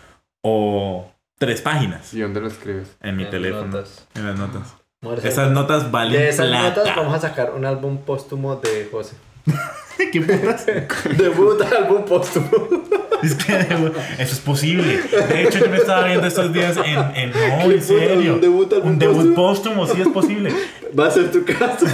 [SPEAKER 3] o tres páginas
[SPEAKER 1] ¿Y dónde lo escribes?
[SPEAKER 3] en mi teléfono,
[SPEAKER 6] Notas.
[SPEAKER 3] en las notas.
[SPEAKER 2] Amor,
[SPEAKER 3] Esas notas valen
[SPEAKER 2] Pues de esas
[SPEAKER 3] plata.
[SPEAKER 2] notas vamos a sacar un álbum póstumo de José.
[SPEAKER 3] ¿Qué putas?
[SPEAKER 2] <laughs> Debut álbum póstumo.
[SPEAKER 3] <laughs> Es que eso es posible. De hecho, yo me estaba viendo estos días en, en no, en serio.
[SPEAKER 2] Un debut álbum
[SPEAKER 3] Un debut
[SPEAKER 2] póstumo.
[SPEAKER 3] póstumo, sí es posible.
[SPEAKER 2] Va a ser tu caso.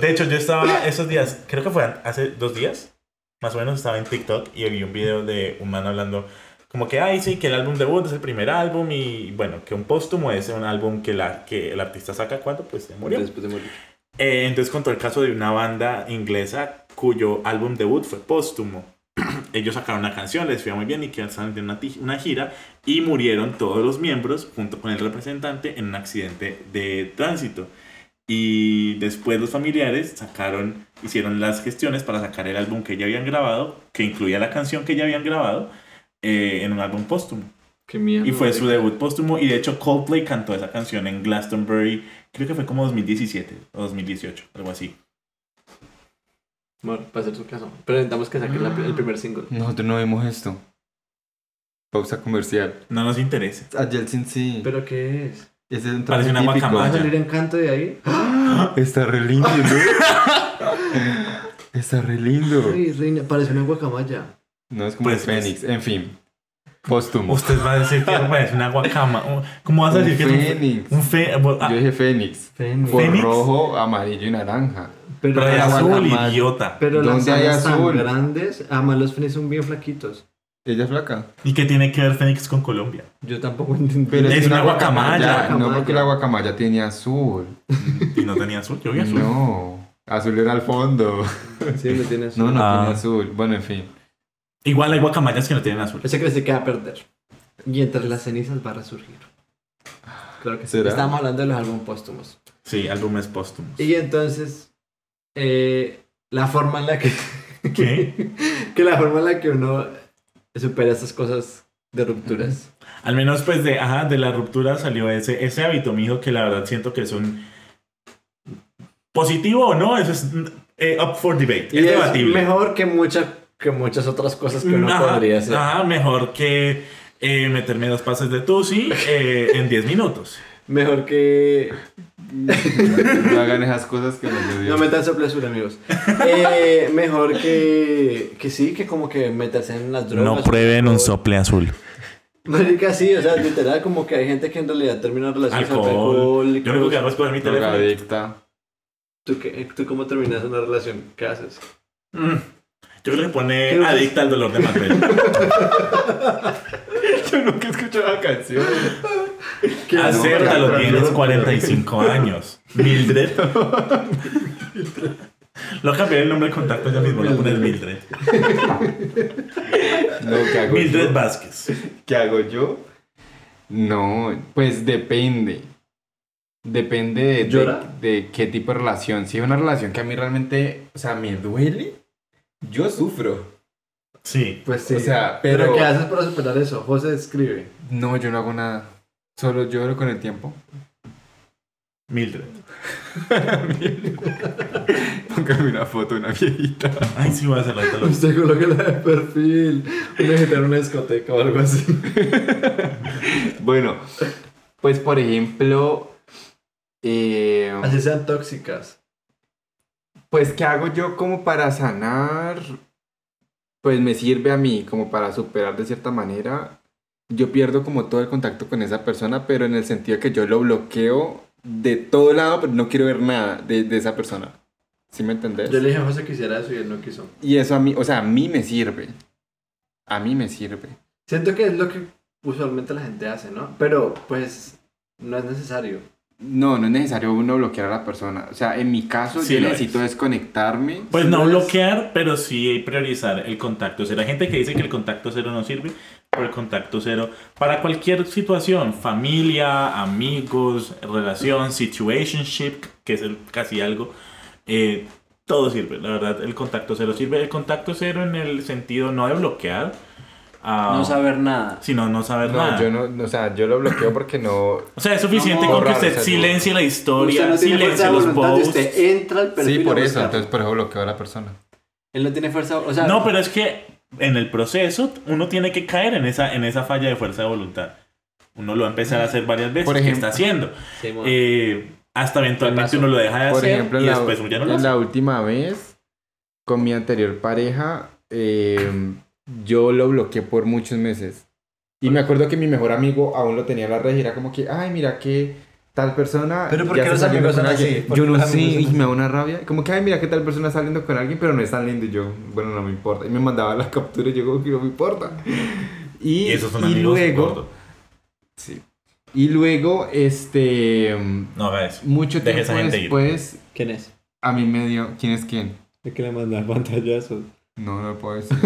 [SPEAKER 3] De hecho, yo estaba esos días, creo que fueron hace dos días, más o menos estaba en TikTok y vi un video de un man hablando como que, ay, sí, que el álbum debut es el primer álbum y bueno, que un póstumo es un álbum que, la, que el artista saca cuando pues se murió.
[SPEAKER 6] Después de morir.
[SPEAKER 3] Eh, entonces contó el caso de una banda inglesa cuyo álbum debut fue póstumo. <clears throat> Ellos sacaron una canción, les fue muy bien y que estaban en una, ti- una gira y murieron todos los miembros junto con el representante en un accidente de tránsito. Y después los familiares sacaron, hicieron las gestiones para sacar el álbum que ya habían grabado, que incluía la canción que ya habían grabado, eh, en un álbum póstumo.
[SPEAKER 6] Qué mierda.
[SPEAKER 3] Y fue su debut póstumo. Y de hecho, Coldplay cantó esa canción en Glastonbury. Creo que fue como 2017 o 2018, algo así.
[SPEAKER 6] Bueno,
[SPEAKER 2] Va a ser tu caso. Pero necesitamos que saquen la- el primer single.
[SPEAKER 1] Nosotros no vimos esto. Pausa comercial.
[SPEAKER 3] No nos interesa.
[SPEAKER 7] A Jelsin sí.
[SPEAKER 2] ¿Pero qué es?
[SPEAKER 7] Ese es un traje
[SPEAKER 3] Parece una
[SPEAKER 7] típico.
[SPEAKER 2] ¿Va a <laughs>
[SPEAKER 3] guacamaya.
[SPEAKER 2] salir encanto de ahí?
[SPEAKER 1] Está re lindo, ¿no? Está re lindo.
[SPEAKER 2] Ay, reina, parece una guacamaya.
[SPEAKER 1] No es como
[SPEAKER 3] Pues,
[SPEAKER 1] Fénix. En fin. Póstumo.
[SPEAKER 3] Usted va a decir que bueno, es una guacama. un- ¿Cómo vas a
[SPEAKER 1] Un
[SPEAKER 3] decir que es un fe-
[SPEAKER 1] fénix.
[SPEAKER 3] un fe? bueno, ah,
[SPEAKER 1] Yo dije Fénix.
[SPEAKER 2] Fénix.
[SPEAKER 1] Por
[SPEAKER 3] ¿Fénix?
[SPEAKER 1] rojo, amarillo y naranja.
[SPEAKER 3] pero de
[SPEAKER 2] la
[SPEAKER 3] azul,
[SPEAKER 2] guacamaya-
[SPEAKER 3] idiota.
[SPEAKER 2] Pero las
[SPEAKER 1] ¿Dónde hay
[SPEAKER 2] alas tan
[SPEAKER 1] azul?
[SPEAKER 2] grandes, además los fines son bien flaquitos.
[SPEAKER 1] Ella es flaca.
[SPEAKER 3] ¿Y qué tiene que ver Fénix
[SPEAKER 1] <laughs>
[SPEAKER 3] con Colombia?
[SPEAKER 2] Yo tampoco <laughs> entendí.
[SPEAKER 1] Pero
[SPEAKER 3] Es una guacamaya.
[SPEAKER 1] No, porque la guacamaya tenía azul.
[SPEAKER 3] Y no tenía azul, yo vi azul.
[SPEAKER 1] No. Azul era al fondo.
[SPEAKER 2] Sí, me
[SPEAKER 1] <laughs>
[SPEAKER 2] tienes.
[SPEAKER 1] No, no
[SPEAKER 3] Ah.
[SPEAKER 1] tenía azul. Bueno, en <laughs> fin.
[SPEAKER 3] Igual hay guacamayas que no tienen azul.
[SPEAKER 2] Ese que se queda a perder. Y entre las cenizas va a resurgir. Claro que sí.
[SPEAKER 1] ¿Será?
[SPEAKER 2] Estamos hablando de los álbumes póstumos.
[SPEAKER 3] Sí, álbumes póstumos.
[SPEAKER 2] Y entonces, eh, la forma en la que. <laughs>
[SPEAKER 3] ¿Qué?
[SPEAKER 2] que la forma en la que uno supera estas cosas de rupturas.
[SPEAKER 3] Al menos pues de, ajá, de la ruptura salió ese, ese hábito, mijo, que la verdad siento que es un... Positivo o no, eso es mm, eh, up for debate.
[SPEAKER 2] Y
[SPEAKER 3] es,
[SPEAKER 2] es
[SPEAKER 3] debatible.
[SPEAKER 2] mejor que, mucha, que muchas otras cosas que uno
[SPEAKER 3] Ajá,
[SPEAKER 2] podría hacer.
[SPEAKER 3] ajá, mejor que eh, meterme dos pases de Tusi eh, en 10 minutos.
[SPEAKER 2] Mejor que.
[SPEAKER 1] No hagan esas cosas que no le
[SPEAKER 2] No
[SPEAKER 1] dio.
[SPEAKER 2] metan soplesura, amigos. Eh, mejor que. Que sí, que como que meterse en las drogas. soplesura.
[SPEAKER 3] azul.
[SPEAKER 2] Marica, sí, o sea, literal, como que hay gente que en realidad termina relaciones con alcohol.
[SPEAKER 3] Alcohol.
[SPEAKER 2] y
[SPEAKER 3] Yo lo único que
[SPEAKER 2] cosas.
[SPEAKER 3] hago es coger mi teléfono.
[SPEAKER 1] Drogadicta.
[SPEAKER 2] ¿Tú, qué- ¿Tú cómo terminas una relación? ¿Qué haces?
[SPEAKER 3] Mm. Yo creo que pone
[SPEAKER 2] Creo que-
[SPEAKER 3] adicta al dolor de Marvel.
[SPEAKER 1] Yo nunca he escuchado la canción.
[SPEAKER 2] Ah,
[SPEAKER 3] Acéptalo, tienes 45 años. Mildred. <laughs> Lo cambié el nombre de contacto yo mismo, lo pones Mildred.
[SPEAKER 1] No, ¿qué hago
[SPEAKER 3] Mildred
[SPEAKER 1] yo?
[SPEAKER 3] Vázquez.
[SPEAKER 1] ¿Qué hago yo? No, pues depende. Depende de, de-
[SPEAKER 2] ¿Llora?
[SPEAKER 1] de qué tipo de relación. Si es una relación que a mí realmente, o sea, me duele, yo sufro.
[SPEAKER 3] Sí.
[SPEAKER 2] Pues
[SPEAKER 1] O sea,
[SPEAKER 2] pero,
[SPEAKER 1] pero
[SPEAKER 2] ¿qué haces para superar eso? José escribe.
[SPEAKER 1] no, yo no hago nada. Solo lloro con el tiempo.
[SPEAKER 3] Mildred.
[SPEAKER 1] <laughs> Póngame una foto de una viejita.
[SPEAKER 3] Ay, sí, voy a cerrar
[SPEAKER 2] <laughs>
[SPEAKER 3] el dolor.
[SPEAKER 2] Usted coloca la de perfil. Una gente en una discoteca o algo así.
[SPEAKER 1] Bueno, pues por ejemplo, eh,
[SPEAKER 2] Así sean tóxicas.
[SPEAKER 1] pues ¿qué hago yo como para sanar? Pues me sirve a mí como para superar de cierta manera. Yo pierdo como todo el contacto con esa persona, pero en el sentido que yo lo bloqueo de todo lado, pero no quiero ver nada de, de esa persona. ¿Sí me entendés?
[SPEAKER 2] Yo le dije a José que hiciera eso y él no quiso.
[SPEAKER 1] Y eso a mí, o sea, a mí me sirve. A mí me sirve.
[SPEAKER 2] Siento que es lo que usualmente la gente hace, ¿no? Pero, pues, no es necesario.
[SPEAKER 1] No, no es necesario uno bloquear a la persona. O sea, en mi caso,
[SPEAKER 3] Sí
[SPEAKER 1] yo
[SPEAKER 3] lo
[SPEAKER 1] necesito
[SPEAKER 3] es.
[SPEAKER 1] desconectarme.
[SPEAKER 3] Pues no
[SPEAKER 1] Entonces,
[SPEAKER 3] bloquear, pero sí priorizar el contacto cero. Hay gente que dice que el contacto cero no sirve, pero el contacto cero para cualquier situación, familia, amigos, relación, situationship, que es el- casi algo, eh, todo sirve. La verdad, el contacto cero sirve. El contacto cero en el sentido no de bloquear, ah,
[SPEAKER 8] No saber nada.
[SPEAKER 3] sino no saber
[SPEAKER 9] No,
[SPEAKER 3] nada.
[SPEAKER 9] yo no, o sea, yo lo bloqueo porque
[SPEAKER 1] <coughs>
[SPEAKER 9] no.
[SPEAKER 3] O sea, es suficiente
[SPEAKER 1] No,
[SPEAKER 3] con que
[SPEAKER 9] borrar,
[SPEAKER 3] usted
[SPEAKER 9] o sea,
[SPEAKER 3] silencie la historia,
[SPEAKER 2] Usted no tiene fuerza
[SPEAKER 3] silencie
[SPEAKER 2] de
[SPEAKER 3] los
[SPEAKER 2] voluntad y
[SPEAKER 3] posts.
[SPEAKER 2] usted entra al perfil.
[SPEAKER 9] Sí,
[SPEAKER 2] a
[SPEAKER 9] por eso,
[SPEAKER 2] buscar.
[SPEAKER 9] entonces por eso bloqueo a la persona.
[SPEAKER 8] Él no tiene fuerza. O sea,
[SPEAKER 3] No, pero es que en el proceso uno tiene que caer en esa, en esa falla de fuerza de voluntad. Uno lo va a empezar a hacer varias veces,
[SPEAKER 1] Por
[SPEAKER 3] ¿qué
[SPEAKER 1] ejemplo.
[SPEAKER 3] está haciendo?
[SPEAKER 8] Sí, mo-
[SPEAKER 3] Eh, hasta eventualmente
[SPEAKER 8] Paso.
[SPEAKER 3] uno lo deja de
[SPEAKER 1] Por
[SPEAKER 3] hacer
[SPEAKER 1] ejemplo,
[SPEAKER 3] y
[SPEAKER 1] en la,
[SPEAKER 3] después uno ya no lo
[SPEAKER 1] en
[SPEAKER 3] hace.
[SPEAKER 1] la última vez, con mi anterior pareja, eh, yo lo bloqueé por muchos meses. Y me acuerdo que mi mejor amigo aún lo tenía en la red y era como que, ay, mira que tal persona.
[SPEAKER 2] Pero ¿por
[SPEAKER 1] ya está
[SPEAKER 2] qué los
[SPEAKER 1] saliendo
[SPEAKER 2] amigos
[SPEAKER 1] con
[SPEAKER 2] son así?
[SPEAKER 1] alguien".
[SPEAKER 2] ¿Por
[SPEAKER 1] Yo
[SPEAKER 2] qué
[SPEAKER 1] no
[SPEAKER 2] los
[SPEAKER 1] sé,
[SPEAKER 2] amigos son
[SPEAKER 1] y
[SPEAKER 2] así?
[SPEAKER 1] me da una rabia. Como que, ay, mira que tal persona está saliendo con alguien, pero no es tan lindo. Y yo, bueno, no me importa. Y me mandaba la captura y yo, como que no me importa. Y,
[SPEAKER 3] Y esos son
[SPEAKER 1] y
[SPEAKER 3] amigos.
[SPEAKER 1] luego,
[SPEAKER 3] gordo.
[SPEAKER 1] y luego, este.
[SPEAKER 3] No haga eso.
[SPEAKER 1] Mucho
[SPEAKER 3] Deje
[SPEAKER 1] tiempo
[SPEAKER 3] esa gente ir.
[SPEAKER 1] después,
[SPEAKER 8] ¿Quién es?
[SPEAKER 1] a mí me dio. ¿Quién es quién?
[SPEAKER 8] ¿De que le mandar pantallazos?
[SPEAKER 1] No, no lo puedo decir.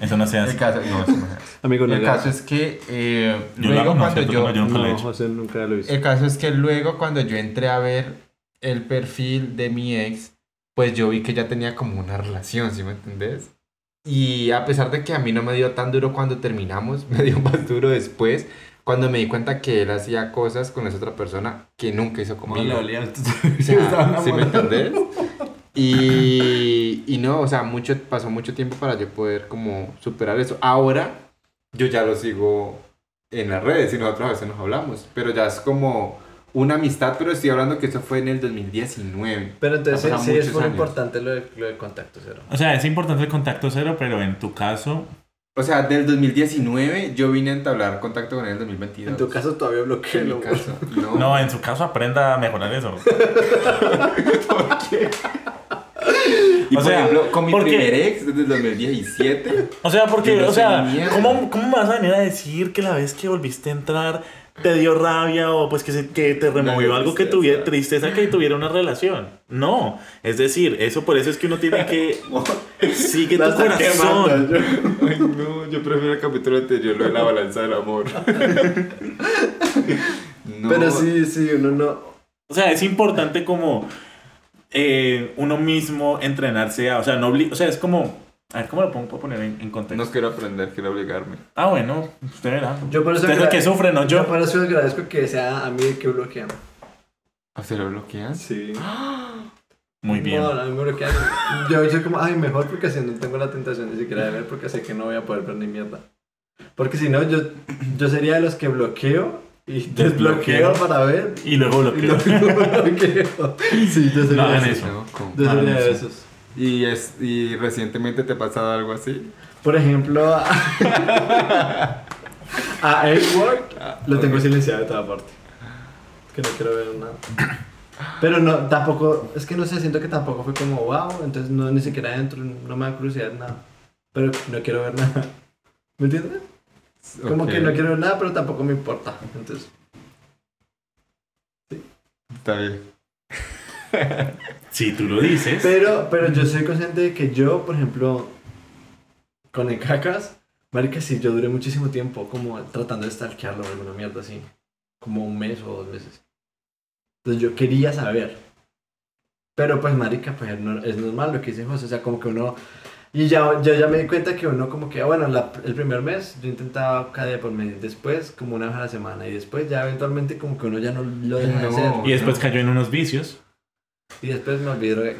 [SPEAKER 3] Eso no se
[SPEAKER 1] <laughs> El
[SPEAKER 3] hace.
[SPEAKER 1] caso, no, eso no es.
[SPEAKER 8] Amigo, no
[SPEAKER 1] el
[SPEAKER 8] le hagas.
[SPEAKER 1] caso es que eh,
[SPEAKER 3] Yo lo
[SPEAKER 1] luego
[SPEAKER 3] hago, no,
[SPEAKER 1] cuando
[SPEAKER 3] cierto que
[SPEAKER 1] yo,
[SPEAKER 3] no, yo nunca lo he
[SPEAKER 8] No,
[SPEAKER 3] hecho.
[SPEAKER 8] José nunca lo hizo.
[SPEAKER 1] el caso es que luego cuando yo entré a ver el perfil de mi ex, pues yo vi que ya tenía como una relación, ¿sí me entendés? Y a pesar de que a mí no me dio tan duro cuando terminamos, <laughs> me dio más duro después cuando me di cuenta que él hacía cosas con esa otra persona que nunca hizo
[SPEAKER 2] Como le
[SPEAKER 1] conmigo.
[SPEAKER 2] olía,
[SPEAKER 1] O
[SPEAKER 2] entonces,
[SPEAKER 1] sea,
[SPEAKER 2] yo <laughs> estaba
[SPEAKER 1] ¿sí me
[SPEAKER 2] enamorado.
[SPEAKER 1] entendés? Y, y no, o sea, mucho, pasó mucho tiempo para yo poder como superar eso. Ahora yo ya lo sigo en las redes y nosotros a veces nos hablamos, pero ya es como una amistad, pero estoy hablando que eso fue en el 2019.
[SPEAKER 2] Pero entonces
[SPEAKER 1] Ha pasado
[SPEAKER 2] sí, sí es
[SPEAKER 1] muchos
[SPEAKER 2] muy
[SPEAKER 1] años.
[SPEAKER 2] importante lo de, lo de contacto cero.
[SPEAKER 3] O sea, es importante el contacto cero, pero en tu caso,
[SPEAKER 1] O sea, del 2019 yo vine a entablar contacto con él en el 2022.
[SPEAKER 2] En tu caso todavía
[SPEAKER 1] En mi
[SPEAKER 2] bloqueo.
[SPEAKER 1] caso, no.
[SPEAKER 3] <laughs> no, en su caso aprenda a mejorar eso.
[SPEAKER 1] y
[SPEAKER 3] o
[SPEAKER 1] por
[SPEAKER 3] sea,
[SPEAKER 1] ejemplo, con mi
[SPEAKER 3] porque-
[SPEAKER 1] primer ex desde el
[SPEAKER 3] <laughs>
[SPEAKER 1] 2017,
[SPEAKER 3] O sea, porque,
[SPEAKER 1] Yo no
[SPEAKER 3] o
[SPEAKER 1] soy
[SPEAKER 3] sea,
[SPEAKER 1] ni mierda.
[SPEAKER 3] ¿cómo, ¿cómo me vas a venir a decir que la vez que volviste a entrar te dio rabia o pues que, se- que te removió
[SPEAKER 1] dio
[SPEAKER 3] algo que
[SPEAKER 1] tristeza.
[SPEAKER 3] tuviera tristeza que tuviera una relación? No, es decir, eso por eso es que uno tiene que sigue
[SPEAKER 2] La
[SPEAKER 3] tu
[SPEAKER 2] están
[SPEAKER 3] corazón.
[SPEAKER 2] quemando.
[SPEAKER 1] Ay, no, yo prefiero el capítulo anterior, lo de la balanza del
[SPEAKER 2] <laughs>
[SPEAKER 1] amor. No,
[SPEAKER 2] Pero sí, sí, uno no.
[SPEAKER 3] O sea, es importante como eh, uno mismo entrenarse a, o sea, no obli- o sea, es como a ver, ¿cómo lo pongo para poner en, en contexto?
[SPEAKER 1] No quiero aprender, quiero obligarme.
[SPEAKER 3] Ah, bueno, usted verá.
[SPEAKER 2] Yo por eso
[SPEAKER 3] usted es el
[SPEAKER 2] agra-
[SPEAKER 3] que sufre, no
[SPEAKER 2] Yo
[SPEAKER 3] yo.
[SPEAKER 2] por eso agradezco que sea a mí el que bloquean.
[SPEAKER 1] ¿O se lo bloqueas?
[SPEAKER 2] Sí.
[SPEAKER 3] Muy bien.
[SPEAKER 2] No, a mí me bloquean. Yo soy como, ay, mejor porque así no tengo la tentación ni siquiera de ver porque sé que no voy a poder ver ni mierda. Porque si no, yo, yo sería de los que bloqueo y
[SPEAKER 3] Desbloqueo.
[SPEAKER 2] desbloqueo para ver.
[SPEAKER 3] Y luego lo
[SPEAKER 2] <laughs> Y lo bloqueo. Sí, yo
[SPEAKER 3] <laughs> No
[SPEAKER 2] sería
[SPEAKER 3] hagan
[SPEAKER 2] de
[SPEAKER 3] eso.
[SPEAKER 2] esos.
[SPEAKER 1] No, ¿cómo?
[SPEAKER 2] Yo
[SPEAKER 3] No hagan
[SPEAKER 2] sería de
[SPEAKER 3] eso.
[SPEAKER 2] esos.
[SPEAKER 1] ¿Y, es, ¿Y recientemente te ha pasado algo así?
[SPEAKER 2] Por ejemplo, a, a Edward lo tengo silenciado de toda parte. Que no quiero ver nada. Pero no, tampoco, es que no sé, siento que tampoco fue como wow, entonces no, ni siquiera adentro, no me da curiosidad nada. Pero no quiero ver nada. ¿Me entiendes? Como
[SPEAKER 1] Ok,
[SPEAKER 2] que no quiero ver nada, pero tampoco me importa. Entonces,
[SPEAKER 1] Está bien.
[SPEAKER 3] Si tú lo dices.
[SPEAKER 2] pero, pero yo soy consciente de que yo, por ejemplo, con el cacas, marica, sí, yo duré muchísimo tiempo como tratando de stalkearlo o alguna mierda así. Como un mes o dos meses. Entonces yo quería saber. Pero pues, marica, pues es nor- es normal lo que dice José. O sea, como que uno... Y ya, ya, ya me di cuenta que uno como que, bueno, la- el primer mes yo intentaba cada día por mes, después como una vez a la semana y después ya eventualmente como que uno ya no lo deja de
[SPEAKER 1] No.
[SPEAKER 2] hacer.
[SPEAKER 3] Y después cayó en unos vicios.
[SPEAKER 2] Y después me olvidé de-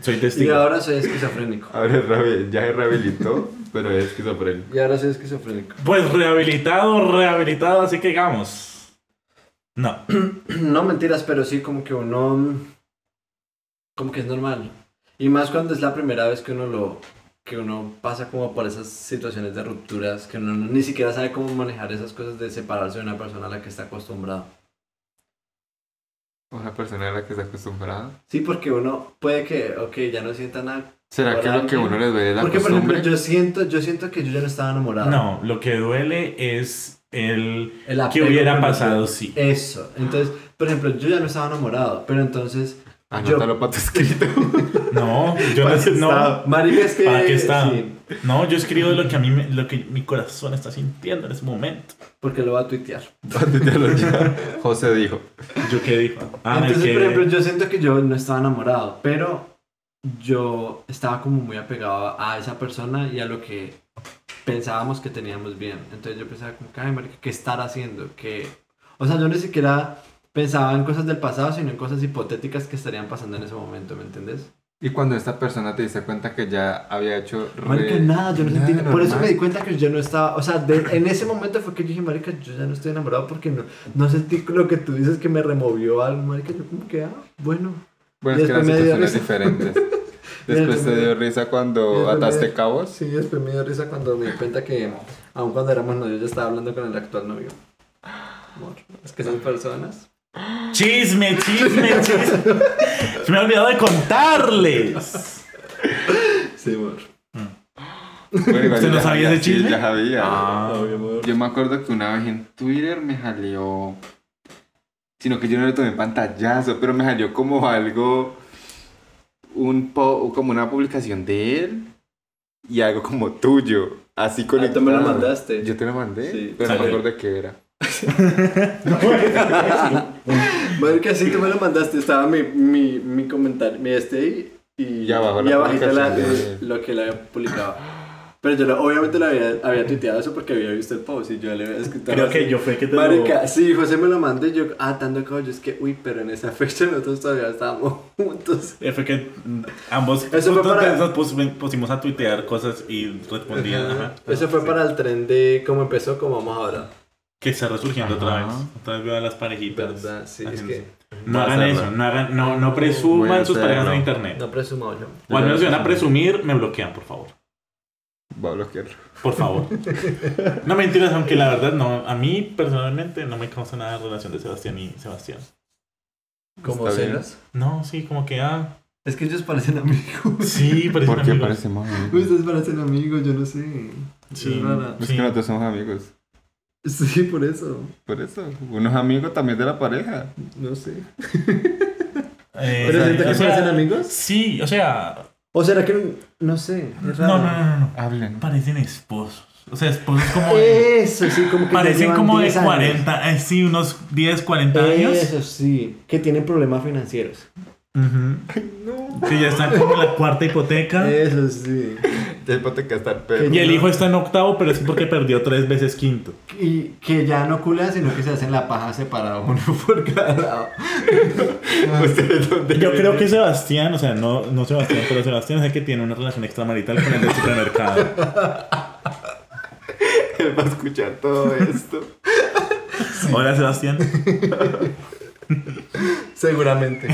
[SPEAKER 3] Soy
[SPEAKER 2] Y
[SPEAKER 3] testigo.
[SPEAKER 2] ahora soy esquizofrénico.
[SPEAKER 1] Ahora es rehabil- ya se rehabilitó, pero es esquizofrénico.
[SPEAKER 2] Y ahora soy esquizofrénico. <clears throat>
[SPEAKER 3] Pues rehabilitado, rehabilitado, así que digamos. No.
[SPEAKER 2] No mentiras, pero sí como que uno... mm, Como que es normal. Y más cuando es la primera vez que uno lo... Que uno pasa como por esas situaciones de rupturas, que uno ni siquiera sabe cómo manejar esas cosas de separarse de una persona a la que está acostumbrado.
[SPEAKER 1] Una persona a la que está acostumbrada.
[SPEAKER 2] Sí, porque uno puede que, ok, ya no sienta nada
[SPEAKER 1] ¿Será que lo que uno les duele es la
[SPEAKER 2] Porque, por ejemplo,
[SPEAKER 1] costumbre?
[SPEAKER 2] yo siento, yo siento que yo ya no estaba enamorado.
[SPEAKER 3] No, lo que duele es el
[SPEAKER 2] El
[SPEAKER 3] que
[SPEAKER 2] apego
[SPEAKER 3] hubiera
[SPEAKER 2] con los
[SPEAKER 3] pasado
[SPEAKER 2] otros.
[SPEAKER 3] si.
[SPEAKER 2] Eso. Entonces, por ejemplo, yo ya no estaba enamorado, pero entonces.
[SPEAKER 1] Anótalo para tu escrito. <laughs>
[SPEAKER 3] No, yo
[SPEAKER 2] ¿Para qué
[SPEAKER 3] no, no,
[SPEAKER 2] estaba? Marica, es que.
[SPEAKER 3] ¿Para qué estaba?
[SPEAKER 2] sí,
[SPEAKER 3] no, yo escribo lo que a mí, me- lo que mi corazón está sintiendo en ese momento.
[SPEAKER 2] porque lo va a tuitear.
[SPEAKER 10] Anótalo ya.
[SPEAKER 2] <laughs>
[SPEAKER 10] José dijo.
[SPEAKER 3] ¿Yo qué dijo? Ah,
[SPEAKER 2] entonces,
[SPEAKER 3] que-
[SPEAKER 2] por ejemplo, yo siento que yo no estaba enamorado, pero yo estaba como muy apegado a esa persona y a lo que pensábamos que teníamos bien. Entonces yo pensaba como, ay, marica, ¿qué estar haciendo? que O sea, yo ni siquiera pensaba en cosas del pasado, sino en cosas hipotéticas que estarían pasando en ese momento, ¿me entiendes?
[SPEAKER 1] Y cuando esta persona te diste cuenta que ya había hecho. re-
[SPEAKER 2] Marica, nada, yo no
[SPEAKER 1] nada
[SPEAKER 2] sentí Por eso
[SPEAKER 1] normal.
[SPEAKER 2] me di cuenta que yo no estaba. O sea, de- en ese momento fue que yo dije, Marica, yo ya no estoy enamorado porque no, no sentí lo que tú dices que me removió algo. Marica, yo como que, ah, bueno.
[SPEAKER 1] Bueno, es que eran
[SPEAKER 2] Después me dio
[SPEAKER 1] situaciones
[SPEAKER 2] <laughs>
[SPEAKER 1] diferentes. Después te dio risa cuando
[SPEAKER 2] Después me-
[SPEAKER 1] ataste cabos.
[SPEAKER 2] <laughs> Sí, después me dio risa cuando me di cuenta que, aun cuando éramos novios, yo estaba hablando con el actual novio. Amor, es que esas personas.
[SPEAKER 3] Chisme, chisme, chisme. Se me ha olvidado de contarles.
[SPEAKER 2] Sí, amor.
[SPEAKER 1] Bueno, igual
[SPEAKER 3] ¿Usted
[SPEAKER 1] yo
[SPEAKER 3] no
[SPEAKER 1] ya
[SPEAKER 3] sabía ese
[SPEAKER 1] sí,
[SPEAKER 3] chisme?
[SPEAKER 1] ya sabía.
[SPEAKER 3] Ah,
[SPEAKER 1] Yo me acuerdo que una vez en Twitter me salió. Sino que yo no le tomé pantallazo, pero me salió como algo. Un po, como una publicación de él y algo como tuyo. Así conectado.
[SPEAKER 2] Ah, tú me lo mandaste.
[SPEAKER 1] Ah.
[SPEAKER 2] <laughs>
[SPEAKER 1] Yo te lo mandé,
[SPEAKER 2] Sí.
[SPEAKER 1] pero no me
[SPEAKER 3] Salió.
[SPEAKER 1] acuerdo qué era.
[SPEAKER 2] Marica, sí, tú me lo mandaste. Estaba mi, mi, mi comentario, mi este ahí, y.
[SPEAKER 1] Y abajo la
[SPEAKER 2] abajito la- eh,
[SPEAKER 1] publicación de-
[SPEAKER 2] lo que le había publicado. Pero yo lo- obviamente lo había, había tuiteado eso porque había visto el post y yo le había escrito.
[SPEAKER 3] Creo
[SPEAKER 2] algo
[SPEAKER 3] que
[SPEAKER 2] así.
[SPEAKER 3] yo fue que te lo-
[SPEAKER 2] Marica, sí, José me lo mandó y yo, ah, tanto caballo, es que, uy, pero en esa <laughs> fecha nosotros todavía estábamos juntos.
[SPEAKER 3] Eh, Fue que ambos
[SPEAKER 2] Eso fue
[SPEAKER 3] juntos
[SPEAKER 2] para-
[SPEAKER 3] nos pus- pusimos a tuitear cosas y respondían. ajá.
[SPEAKER 2] Eso fue
[SPEAKER 3] Sí.
[SPEAKER 2] para el tren de cómo empezó, cómo vamos ahora.
[SPEAKER 3] Que está resurgiendo otra
[SPEAKER 1] Ajá.
[SPEAKER 3] vez. Otra vez veo a las parejitas.
[SPEAKER 2] ¿Verdad? Sí, es
[SPEAKER 3] haciendo-
[SPEAKER 2] que
[SPEAKER 3] No hagan
[SPEAKER 1] Pasarla.
[SPEAKER 3] eso, no, hagan, no, no presuman
[SPEAKER 1] Bueno,
[SPEAKER 3] sus
[SPEAKER 1] o sea,
[SPEAKER 3] parejas
[SPEAKER 1] no.
[SPEAKER 3] en internet.
[SPEAKER 2] no presumo yo.
[SPEAKER 3] O al menos si van a presumir, me bloquean, por favor.
[SPEAKER 1] Voy a
[SPEAKER 3] <laughs>
[SPEAKER 1] bloquearlo.
[SPEAKER 3] Por favor. no mentiras, aunque la verdad no. A mí personalmente no me causa nada la relación de Sebastián y Sebastián.
[SPEAKER 2] ¿Cómo
[SPEAKER 1] Está bien.
[SPEAKER 2] celos?
[SPEAKER 3] No, sí, como que ah.
[SPEAKER 2] Es que ellos parecen amigos.
[SPEAKER 1] <laughs>
[SPEAKER 3] Sí, parecen
[SPEAKER 1] ¿Por qué
[SPEAKER 3] amigos.
[SPEAKER 1] parecemos amigos?
[SPEAKER 2] Ustedes parecen amigos, yo no sé.
[SPEAKER 3] Sí,
[SPEAKER 2] Es rara.
[SPEAKER 1] Es
[SPEAKER 3] Pues, sí.
[SPEAKER 1] que nosotros somos amigos.
[SPEAKER 2] Sí, por eso.
[SPEAKER 1] Por eso. Unos amigos también de la pareja.
[SPEAKER 2] No sé.
[SPEAKER 3] Eh,
[SPEAKER 2] ¿Pero sienten
[SPEAKER 3] o
[SPEAKER 2] que
[SPEAKER 3] sea,
[SPEAKER 2] parecen amigos?
[SPEAKER 3] Sí, o sea.
[SPEAKER 2] ¿O será que.? No sé. Es
[SPEAKER 3] No,
[SPEAKER 2] raro.
[SPEAKER 3] no, no, no.
[SPEAKER 1] Hablen.
[SPEAKER 3] Parecen esposos. O sea, esposos como de.
[SPEAKER 2] Eso, sí, como Eh, que. ya
[SPEAKER 3] Parecen
[SPEAKER 2] llevan
[SPEAKER 3] como de
[SPEAKER 2] 10 años.
[SPEAKER 3] 40, eh, sí, unos 10, 40 años.
[SPEAKER 2] Eso sí, que tienen problemas financieros.
[SPEAKER 3] Que ya están como en la cuarta hipoteca.
[SPEAKER 2] Eso sí.
[SPEAKER 1] Ya hipoteca está el perro.
[SPEAKER 3] Y el hijo está en octavo, pero es porque perdió tres veces quinto.
[SPEAKER 2] Y que ya no culean, sino que se hacen la paja separada uno <laughs> por cada lado. <laughs>
[SPEAKER 3] Yo creo que Sebastián, o sea, no, no Sebastián, pero Sebastián es el que tiene una relación extramarital con el del supermercado.
[SPEAKER 1] <laughs> Él va a escuchar todo esto.
[SPEAKER 3] Hola, Sebastián. <laughs>
[SPEAKER 2] Seguramente.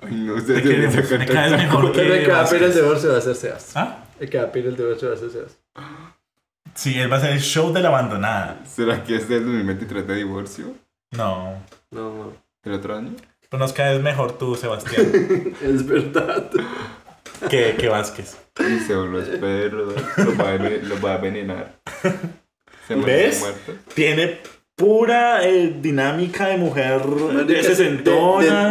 [SPEAKER 1] Ay, no
[SPEAKER 3] Te
[SPEAKER 1] ustedes deberían
[SPEAKER 3] queremos.
[SPEAKER 1] sacar
[SPEAKER 3] Me caes
[SPEAKER 1] tanto-
[SPEAKER 3] mejor
[SPEAKER 2] Pero el
[SPEAKER 3] que
[SPEAKER 2] que va a pedir el
[SPEAKER 3] Vázquez.
[SPEAKER 2] divorcio va a ser Sebas.
[SPEAKER 3] ¿Ah?
[SPEAKER 2] El que va a pedir el divorcio va a ser Sebas.
[SPEAKER 3] Sí, él va a ser el show de la abandonada.
[SPEAKER 1] ¿Será que este es del 2023 de divorcio?
[SPEAKER 3] No. pues
[SPEAKER 2] No, no. <laughs>
[SPEAKER 1] ¿El otro año?
[SPEAKER 3] Pero nos caes mejor tú, Sebastián,
[SPEAKER 2] Es verdad.
[SPEAKER 3] que, que Vázquez.
[SPEAKER 1] Y se volvió espero. Lo va a, enve- lo va a envenenar. Se muere
[SPEAKER 3] ¿Ves?
[SPEAKER 1] muerto.
[SPEAKER 3] Tiene pura eh, dinámica de mujer
[SPEAKER 2] Marica,
[SPEAKER 3] se sesentona.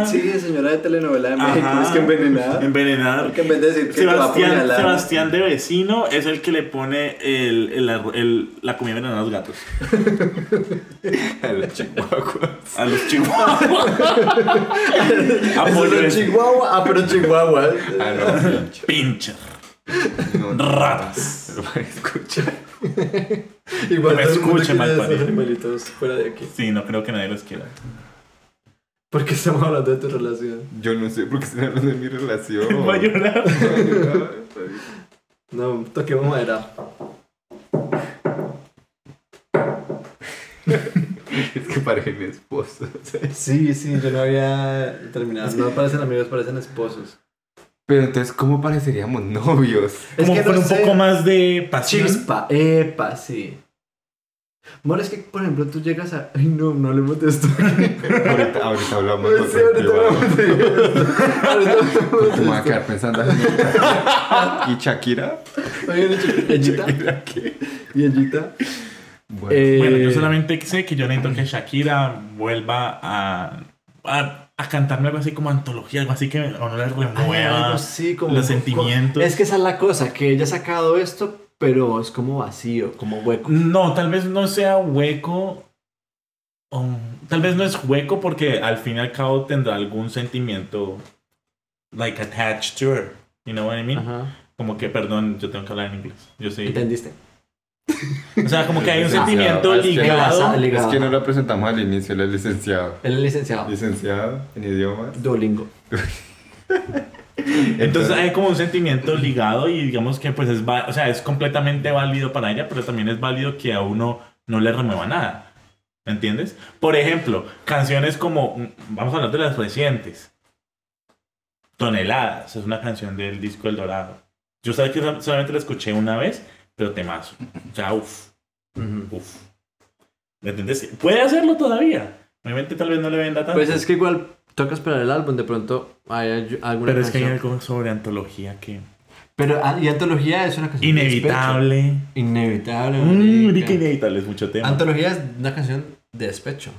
[SPEAKER 2] de- de- Sí, de señora de telenovela de México.
[SPEAKER 3] Ajá.
[SPEAKER 2] Es que envenenada.
[SPEAKER 3] Envenenar.
[SPEAKER 2] Porque en vez de decir que te va a
[SPEAKER 3] Sebastián,
[SPEAKER 2] apuñalar.
[SPEAKER 3] Sebastián de vecino es el que le pone el, el arro- el- la comida envenenada a los gatos.
[SPEAKER 1] A los chihuahuas.
[SPEAKER 3] A los
[SPEAKER 2] <laughs>
[SPEAKER 3] chihuahuas. Apolo
[SPEAKER 2] Pero
[SPEAKER 3] es
[SPEAKER 2] Chihuahua. Ah, pero Chihuahua.
[SPEAKER 3] <laughs>
[SPEAKER 1] Ah, no.
[SPEAKER 3] pinche
[SPEAKER 1] no, no.
[SPEAKER 3] ratas.
[SPEAKER 1] Lo van a escuchar.
[SPEAKER 3] <laughs>
[SPEAKER 2] Igual
[SPEAKER 3] Me
[SPEAKER 2] todo el mundo
[SPEAKER 3] escucha,
[SPEAKER 2] quiere
[SPEAKER 3] malparido.
[SPEAKER 2] esos animalitos fuera de aquí.
[SPEAKER 3] Sí, no creo que nadie los quiera.
[SPEAKER 2] Porque estamos hablando de tu relación.
[SPEAKER 1] Yo no sé por qué están hablando de mi
[SPEAKER 3] <laughs>
[SPEAKER 1] relación.
[SPEAKER 3] Va a llorar.
[SPEAKER 2] No, toquemos madera.
[SPEAKER 1] Es que parecen esposos.
[SPEAKER 2] Sí, sí, yo no había terminado. No parecen amigos, parecen esposos.
[SPEAKER 1] Pero entonces, ¿cómo pareceríamos novios?
[SPEAKER 2] Es
[SPEAKER 3] Como
[SPEAKER 2] que
[SPEAKER 3] con
[SPEAKER 2] no
[SPEAKER 3] un
[SPEAKER 2] sé.
[SPEAKER 3] poco más de pasión.
[SPEAKER 2] Chispa, epa, sí. Bueno, es que, por ejemplo, tú llegas a. Ay, no, no hablemos de
[SPEAKER 3] <laughs>
[SPEAKER 2] esto.
[SPEAKER 1] Ahorita, ahorita hablamos.
[SPEAKER 2] Sí, ahorita hablamos de esto. Ahorita hablamos de
[SPEAKER 11] Me voy a
[SPEAKER 3] este,
[SPEAKER 2] esto.
[SPEAKER 11] quedar pensando. <laughs> en- ¿Y Shakira?
[SPEAKER 2] Oye, Echita. Y Echita.
[SPEAKER 11] Bueno,
[SPEAKER 3] Bueno, yo
[SPEAKER 2] Eh,
[SPEAKER 3] solamente sé que yo necesito que Shakira vuelva a, a, a cantarme algo así como antología, algo así que o no le
[SPEAKER 2] Ay, pues,
[SPEAKER 3] remueva
[SPEAKER 2] algo así, como-
[SPEAKER 3] ah, los sentimientos.
[SPEAKER 4] Es que esa es la cosa, que ella ha sacado esto, pero es como vacío, como hueco.
[SPEAKER 3] No, tal vez no sea hueco. um, tal vez no es hueco porque al fin y al cabo tendrá algún sentimiento like attached to her. You know what I mean?
[SPEAKER 4] Ajá.
[SPEAKER 3] Como que, perdón, yo tengo que hablar en inglés. Yo soy.
[SPEAKER 4] ¿Entendiste?
[SPEAKER 3] O sea, como que hay un
[SPEAKER 11] Licenciado.
[SPEAKER 3] sentimiento
[SPEAKER 11] Es que-
[SPEAKER 3] ligado.
[SPEAKER 4] Enlazado,
[SPEAKER 11] Es
[SPEAKER 4] ligado.
[SPEAKER 11] que no lo presentamos al inicio, él es licenciado.
[SPEAKER 4] Él es licenciado.
[SPEAKER 1] Licenciado en idiomas.
[SPEAKER 4] Duolingo.
[SPEAKER 3] Entonces hay como un sentimiento ligado y digamos que pues es, va- o sea, es completamente válido para ella, pero también es válido que a uno no le remueva nada. ¿Me entiendes? Por ejemplo, canciones como, mm, vamos a hablar de las recientes. Toneladas, es una canción del disco El Dorado. Yo sabía que sol- solamente la escuché una vez, pero temazo. O sea, uff, uff. ¿Me entiendes? Puede hacerlo todavía. Obviamente tal vez no le venda tanto.
[SPEAKER 4] Pues es que igual toca esperar el álbum, de pronto hay ay- alguna
[SPEAKER 3] pero es que hay
[SPEAKER 4] canción.
[SPEAKER 3] algo sobre antología que...
[SPEAKER 4] Pero ah, y antología es una canción. de
[SPEAKER 3] Inevitable.
[SPEAKER 4] despecho. Inevitable.
[SPEAKER 3] Mm,
[SPEAKER 4] marica.
[SPEAKER 3] que inevitable es mucho tema.
[SPEAKER 4] Antología es una canción de despecho.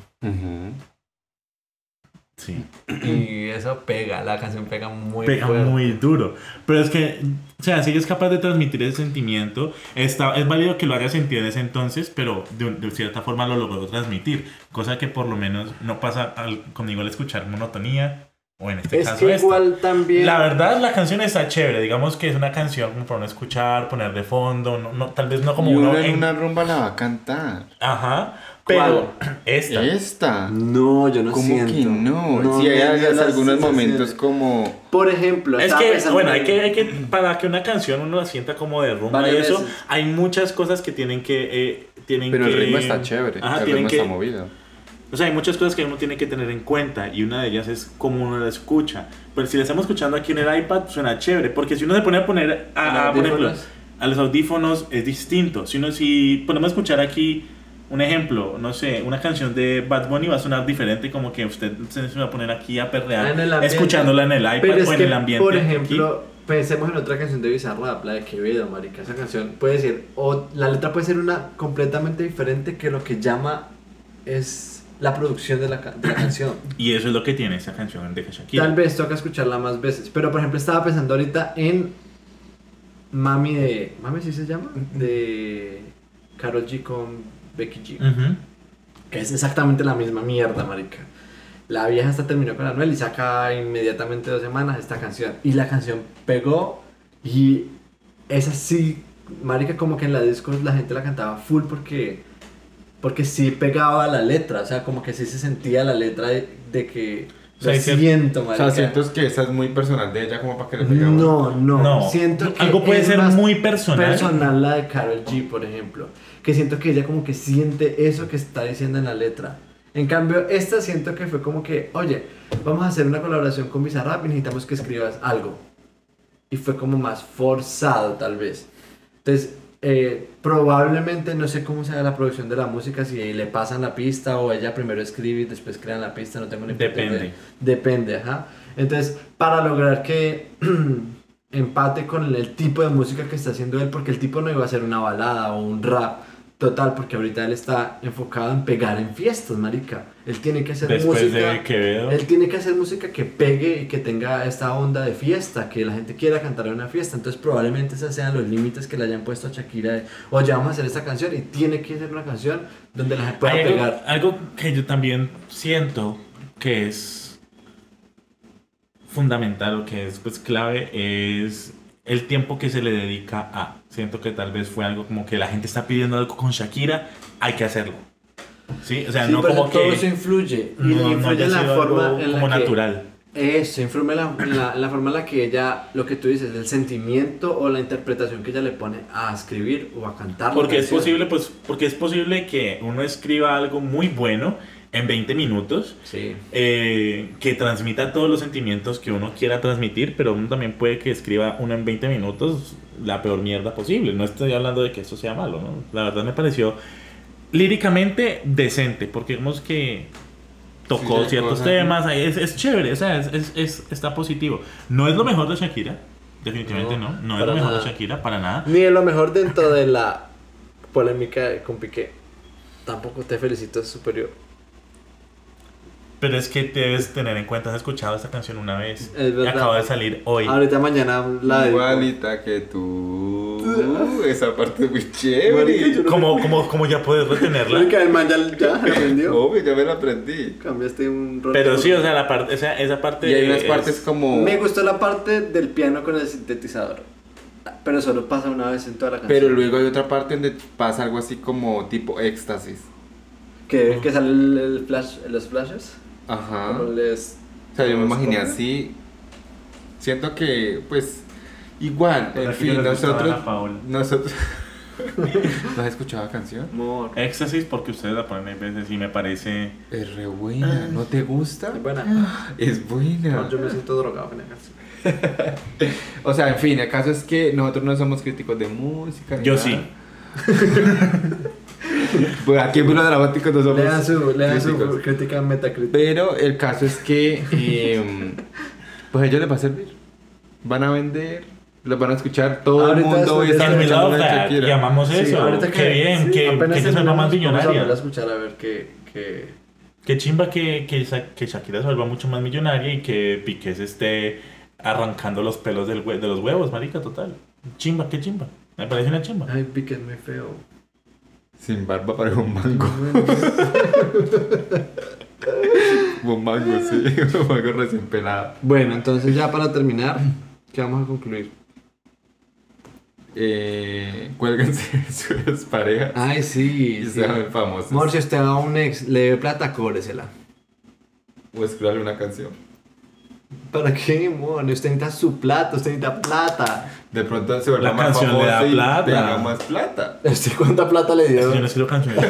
[SPEAKER 3] sí.
[SPEAKER 4] Y eso pega, la canción pega muy
[SPEAKER 3] Pega
[SPEAKER 4] fuerte.
[SPEAKER 3] muy duro. Pero es que, o sea, si ella es capaz de transmitir ese sentimiento, está, es válido que lo haga sentir en ese entonces, pero de, un- de cierta forma lo logró transmitir. Cosa que por lo menos no pasa al- conmigo al escuchar monotonía, o en este
[SPEAKER 4] Es
[SPEAKER 3] caso
[SPEAKER 4] que
[SPEAKER 3] esta.
[SPEAKER 4] igual también.
[SPEAKER 3] La verdad, la canción está chévere. Digamos que es una canción como para uno escuchar, poner de fondo, no, no- tal vez no como
[SPEAKER 11] y uno
[SPEAKER 3] uno
[SPEAKER 11] en
[SPEAKER 3] en-
[SPEAKER 11] una rumba la va a cantar.
[SPEAKER 3] Ajá, pero esta.
[SPEAKER 11] Esta.
[SPEAKER 4] No, yo no
[SPEAKER 11] ¿Cómo
[SPEAKER 4] siento.
[SPEAKER 11] que no? si hay
[SPEAKER 2] no, no,
[SPEAKER 11] algas-
[SPEAKER 2] no,
[SPEAKER 11] algunos
[SPEAKER 2] sí, sí,
[SPEAKER 11] momentos
[SPEAKER 2] sí.
[SPEAKER 11] como.
[SPEAKER 2] Por ejemplo,
[SPEAKER 3] Es
[SPEAKER 2] estaba
[SPEAKER 3] que,
[SPEAKER 2] pensando
[SPEAKER 3] bueno,
[SPEAKER 2] en-
[SPEAKER 3] hay que, hay que, para que una canción uno la sienta como de rumba y
[SPEAKER 2] Varias
[SPEAKER 3] eso,
[SPEAKER 2] veces.
[SPEAKER 3] hay muchas cosas que tienen que, eh, tienen
[SPEAKER 11] Pero
[SPEAKER 3] que...
[SPEAKER 11] el ritmo está chévere.
[SPEAKER 3] Ajá,
[SPEAKER 11] el
[SPEAKER 3] tienen
[SPEAKER 11] ritmo
[SPEAKER 3] que,
[SPEAKER 11] está movido.
[SPEAKER 3] o sea, hay muchas cosas que uno tiene que tener en cuenta y una de ellas es cómo uno la escucha. Pero si la estamos escuchando aquí en el iPad, suena chévere, porque si uno se pone a poner, a, a, por ejemplo,
[SPEAKER 4] Audífonos.
[SPEAKER 3] a los audífonos es distinto. Si, uno, si ponemos a escuchar aquí un ejemplo, no sé, una canción de Bad Bunny va a sonar diferente, como que usted se se va a poner aquí a perrear,
[SPEAKER 2] Ah, En el ambiente.
[SPEAKER 3] escuchándola en el iPad
[SPEAKER 2] Pero es
[SPEAKER 3] o en
[SPEAKER 2] que,
[SPEAKER 3] el ambiente.
[SPEAKER 2] por
[SPEAKER 3] aquí.
[SPEAKER 2] ejemplo, pensemos en otra canción de Bizarrap, la de Quevedo, marica. Esa canción puede ser, o la letra puede ser una completamente diferente que lo que llama es la producción de la, ca- de la
[SPEAKER 3] <coughs>
[SPEAKER 2] canción.
[SPEAKER 3] Y eso es lo que tiene esa canción de Shakira.
[SPEAKER 2] Tal vez toca escucharla más veces. Pero, por ejemplo, estaba pensando ahorita en Mami de... ¿Mami sí se llama? De Karol G con Becky G.
[SPEAKER 3] Ujú.
[SPEAKER 2] Que es exactamente la misma mierda, marica. La vieja hasta terminó con Anuel y saca inmediatamente dos semanas esta canción. Y la canción pegó y es así, marica, como que en la disco la gente la cantaba full porque porque sí pegaba la letra, o sea, como que sí se sentía la letra de, de que
[SPEAKER 3] O sea,
[SPEAKER 2] lo
[SPEAKER 3] hay cier-
[SPEAKER 2] siento,
[SPEAKER 1] O
[SPEAKER 2] marica.
[SPEAKER 1] sea, siento que esa es muy personal de ella como para que le pegue a uno.
[SPEAKER 2] No, no,
[SPEAKER 3] No,
[SPEAKER 2] siento que
[SPEAKER 3] algo puede
[SPEAKER 2] es
[SPEAKER 3] ser
[SPEAKER 2] más
[SPEAKER 3] muy personal.
[SPEAKER 2] personal la de Karol G, por ejemplo, que siento que ella como que siente eso que está diciendo en la letra. En cambio, esta siento que fue como que, oye, vamos a hacer una colaboración con Bizarrap y necesitamos que escribas algo. Y fue como más forzado, tal vez. Entonces, eh, probablemente, no sé cómo se haga la producción de la música, si le pasan la pista o ella primero escribe y después crean la pista, no tengo ni puta idea.
[SPEAKER 3] Depende.
[SPEAKER 2] Depende, ajá. Entonces, para lograr que <clears throat> empate con el tipo de música que está haciendo él, porque el tipo no iba a hacer una balada o un rap total, porque ahorita él está enfocado en pegar en fiestas, marica. Él tiene que hacer
[SPEAKER 3] Después
[SPEAKER 2] música.
[SPEAKER 3] de Quevedo.
[SPEAKER 2] Él tiene que hacer música que pegue y que tenga esta onda de fiesta, que la gente quiera cantar en una fiesta. Entonces probablemente esos sean los límites que le hayan puesto a Shakira. de, Oye, vamos a hacer esta canción y tiene que ser una canción donde la gente pueda
[SPEAKER 3] Hay algo,
[SPEAKER 2] pegar.
[SPEAKER 3] algo que yo también siento que es fundamental o que es pues clave es el tiempo que se le dedica a. Siento que tal vez fue algo como que la gente está pidiendo algo con Shakira, hay que hacerlo. Sí, o sea,
[SPEAKER 2] Sí,
[SPEAKER 3] no
[SPEAKER 2] pero
[SPEAKER 3] como
[SPEAKER 2] todo
[SPEAKER 3] que
[SPEAKER 2] eso influye. Y
[SPEAKER 3] no, no
[SPEAKER 2] influye
[SPEAKER 3] haya
[SPEAKER 2] en la
[SPEAKER 3] sido
[SPEAKER 2] forma
[SPEAKER 3] algo
[SPEAKER 2] en la
[SPEAKER 3] como
[SPEAKER 2] que-
[SPEAKER 3] natural.
[SPEAKER 2] Eso, influye en la, en la- en la forma en la que ella, lo que tú dices, el sentimiento o la interpretación que ella le pone a escribir o a cantar. la
[SPEAKER 3] Porque es
[SPEAKER 2] canción.
[SPEAKER 3] posible, pues, porque es posible que uno escriba algo muy bueno en 20 minutos
[SPEAKER 2] Sí.
[SPEAKER 3] eh, que transmita todos los sentimientos que uno quiera transmitir, pero uno también puede que escriba uno en 20 minutos la peor mierda posible. No estoy hablando de que eso sea malo, ¿no? La verdad me pareció líricamente decente, porque vemos que tocó
[SPEAKER 1] Sí,
[SPEAKER 3] ciertos
[SPEAKER 1] cosas,
[SPEAKER 3] temas, ahí es, es chévere, o sea, es, es- es- está positivo. No es lo mejor de Shakira, definitivamente no,
[SPEAKER 2] No,
[SPEAKER 3] no, es
[SPEAKER 2] para
[SPEAKER 3] lo mejor
[SPEAKER 2] nada.
[SPEAKER 3] de Shakira, para nada.
[SPEAKER 2] Ni de lo mejor dentro de la polémica con Piqué. Tampoco te felicito, es superior.
[SPEAKER 3] Pero es que debes tener en cuenta, has escuchado esta canción una vez,
[SPEAKER 12] Es
[SPEAKER 3] y
[SPEAKER 12] verdad.
[SPEAKER 3] acaba de salir hoy.
[SPEAKER 12] Ahorita mañana la dedico.
[SPEAKER 1] Igualita que tú.
[SPEAKER 3] <laughs>
[SPEAKER 1] Esa parte es muy
[SPEAKER 12] Marica, yo
[SPEAKER 1] chévere.
[SPEAKER 12] no-
[SPEAKER 3] Como, como, como ya puedes
[SPEAKER 2] <laughs>
[SPEAKER 3] retenerla.
[SPEAKER 12] Marica, el man ya, ya aprendió.
[SPEAKER 1] Obvio, ya me la aprendí.
[SPEAKER 12] Cambiaste un rol.
[SPEAKER 3] Oh. Pero sí, o sea, la parte, esa, esa parte...
[SPEAKER 1] Y hay unas
[SPEAKER 3] es-
[SPEAKER 1] partes como.
[SPEAKER 12] Me gustó la parte del piano con el sintetizador. Pero solo pasa una vez en toda la canción.
[SPEAKER 1] Pero luego hay otra parte donde pasa algo así como tipo éxtasis.
[SPEAKER 12] Que, que sale el, el flash, los flashes.
[SPEAKER 1] Ajá.
[SPEAKER 12] Como les-
[SPEAKER 1] O sea, yo me
[SPEAKER 12] como
[SPEAKER 1] imaginé
[SPEAKER 12] les-
[SPEAKER 1] así. Siento que, pues, igual,
[SPEAKER 3] Por
[SPEAKER 1] en
[SPEAKER 3] Pues aquí
[SPEAKER 1] fin,
[SPEAKER 3] no le gustaba
[SPEAKER 1] nosotros.
[SPEAKER 3] Ana Paola. <laughs>
[SPEAKER 1] Nosotros. ¿No has escuchado la canción?
[SPEAKER 12] Amor.
[SPEAKER 3] Éxtasis porque ustedes la ponen en veces y me parece...
[SPEAKER 1] Es re buena. ¿No te gusta?
[SPEAKER 12] Es buena.
[SPEAKER 1] Es buena.
[SPEAKER 12] Yo me siento drogado en la canción.
[SPEAKER 1] O sea, en fin, el caso es que nosotros no somos críticos de música. ni
[SPEAKER 3] Yo
[SPEAKER 1] nada. <laughs>
[SPEAKER 3] sí.
[SPEAKER 1] Pues aquí en Bruno Dramático no somos
[SPEAKER 12] Lean su, lean su
[SPEAKER 1] críticos.
[SPEAKER 12] crítica metacrítica.
[SPEAKER 1] Pero el caso es que, eh, pues a ellos les va a servir. Van a vender, los van a escuchar, todo el
[SPEAKER 12] Ahorita
[SPEAKER 1] mundo hoy
[SPEAKER 12] es-
[SPEAKER 1] está
[SPEAKER 12] es
[SPEAKER 3] Can we
[SPEAKER 1] escuchando
[SPEAKER 3] love
[SPEAKER 1] la
[SPEAKER 3] that?
[SPEAKER 1] Shakira.
[SPEAKER 3] Y amamos
[SPEAKER 12] Sí,
[SPEAKER 3] eso.
[SPEAKER 12] ahorita
[SPEAKER 3] qué bien,
[SPEAKER 12] sí,
[SPEAKER 3] qué,
[SPEAKER 12] apenas
[SPEAKER 3] qué se vuelva más
[SPEAKER 12] terminamos, vamos a
[SPEAKER 3] millonaria.
[SPEAKER 12] volver a escuchar a ver qué. qué-
[SPEAKER 3] Qué chimba que, que, Sha- que Shakira se vuelva mucho más millonaria y que Piqué se esté arrancando los pelos del hue- de los huevos, marica, total. Chimba, qué chimba. Me parece una chimba.
[SPEAKER 12] Ay, pique es muy feo.
[SPEAKER 1] Sin barba para un
[SPEAKER 3] <laughs>
[SPEAKER 1] mango. un mango, sí. Un mango recién pelado.
[SPEAKER 2] Bueno, entonces ya para terminar, ¿qué vamos a concluir?
[SPEAKER 1] Eh, cuélguense <laughs> sus parejas
[SPEAKER 2] Ay,
[SPEAKER 1] y
[SPEAKER 2] sí. sí.
[SPEAKER 1] sean famosos.
[SPEAKER 2] Amor, si usted a un ex le debe plata, cóbresela.
[SPEAKER 1] O escribirle una canción.
[SPEAKER 2] ¿Para qué, amor? Usted necesita su plata, usted necesita plata.
[SPEAKER 1] De pronto se vuelve
[SPEAKER 3] La
[SPEAKER 1] más
[SPEAKER 3] canción le da
[SPEAKER 1] famosa y
[SPEAKER 3] plata.
[SPEAKER 1] tenga más plata.
[SPEAKER 2] ¿Usted cuánta plata le dio?
[SPEAKER 3] Yo no
[SPEAKER 2] <laughs>
[SPEAKER 3] escribo canciones.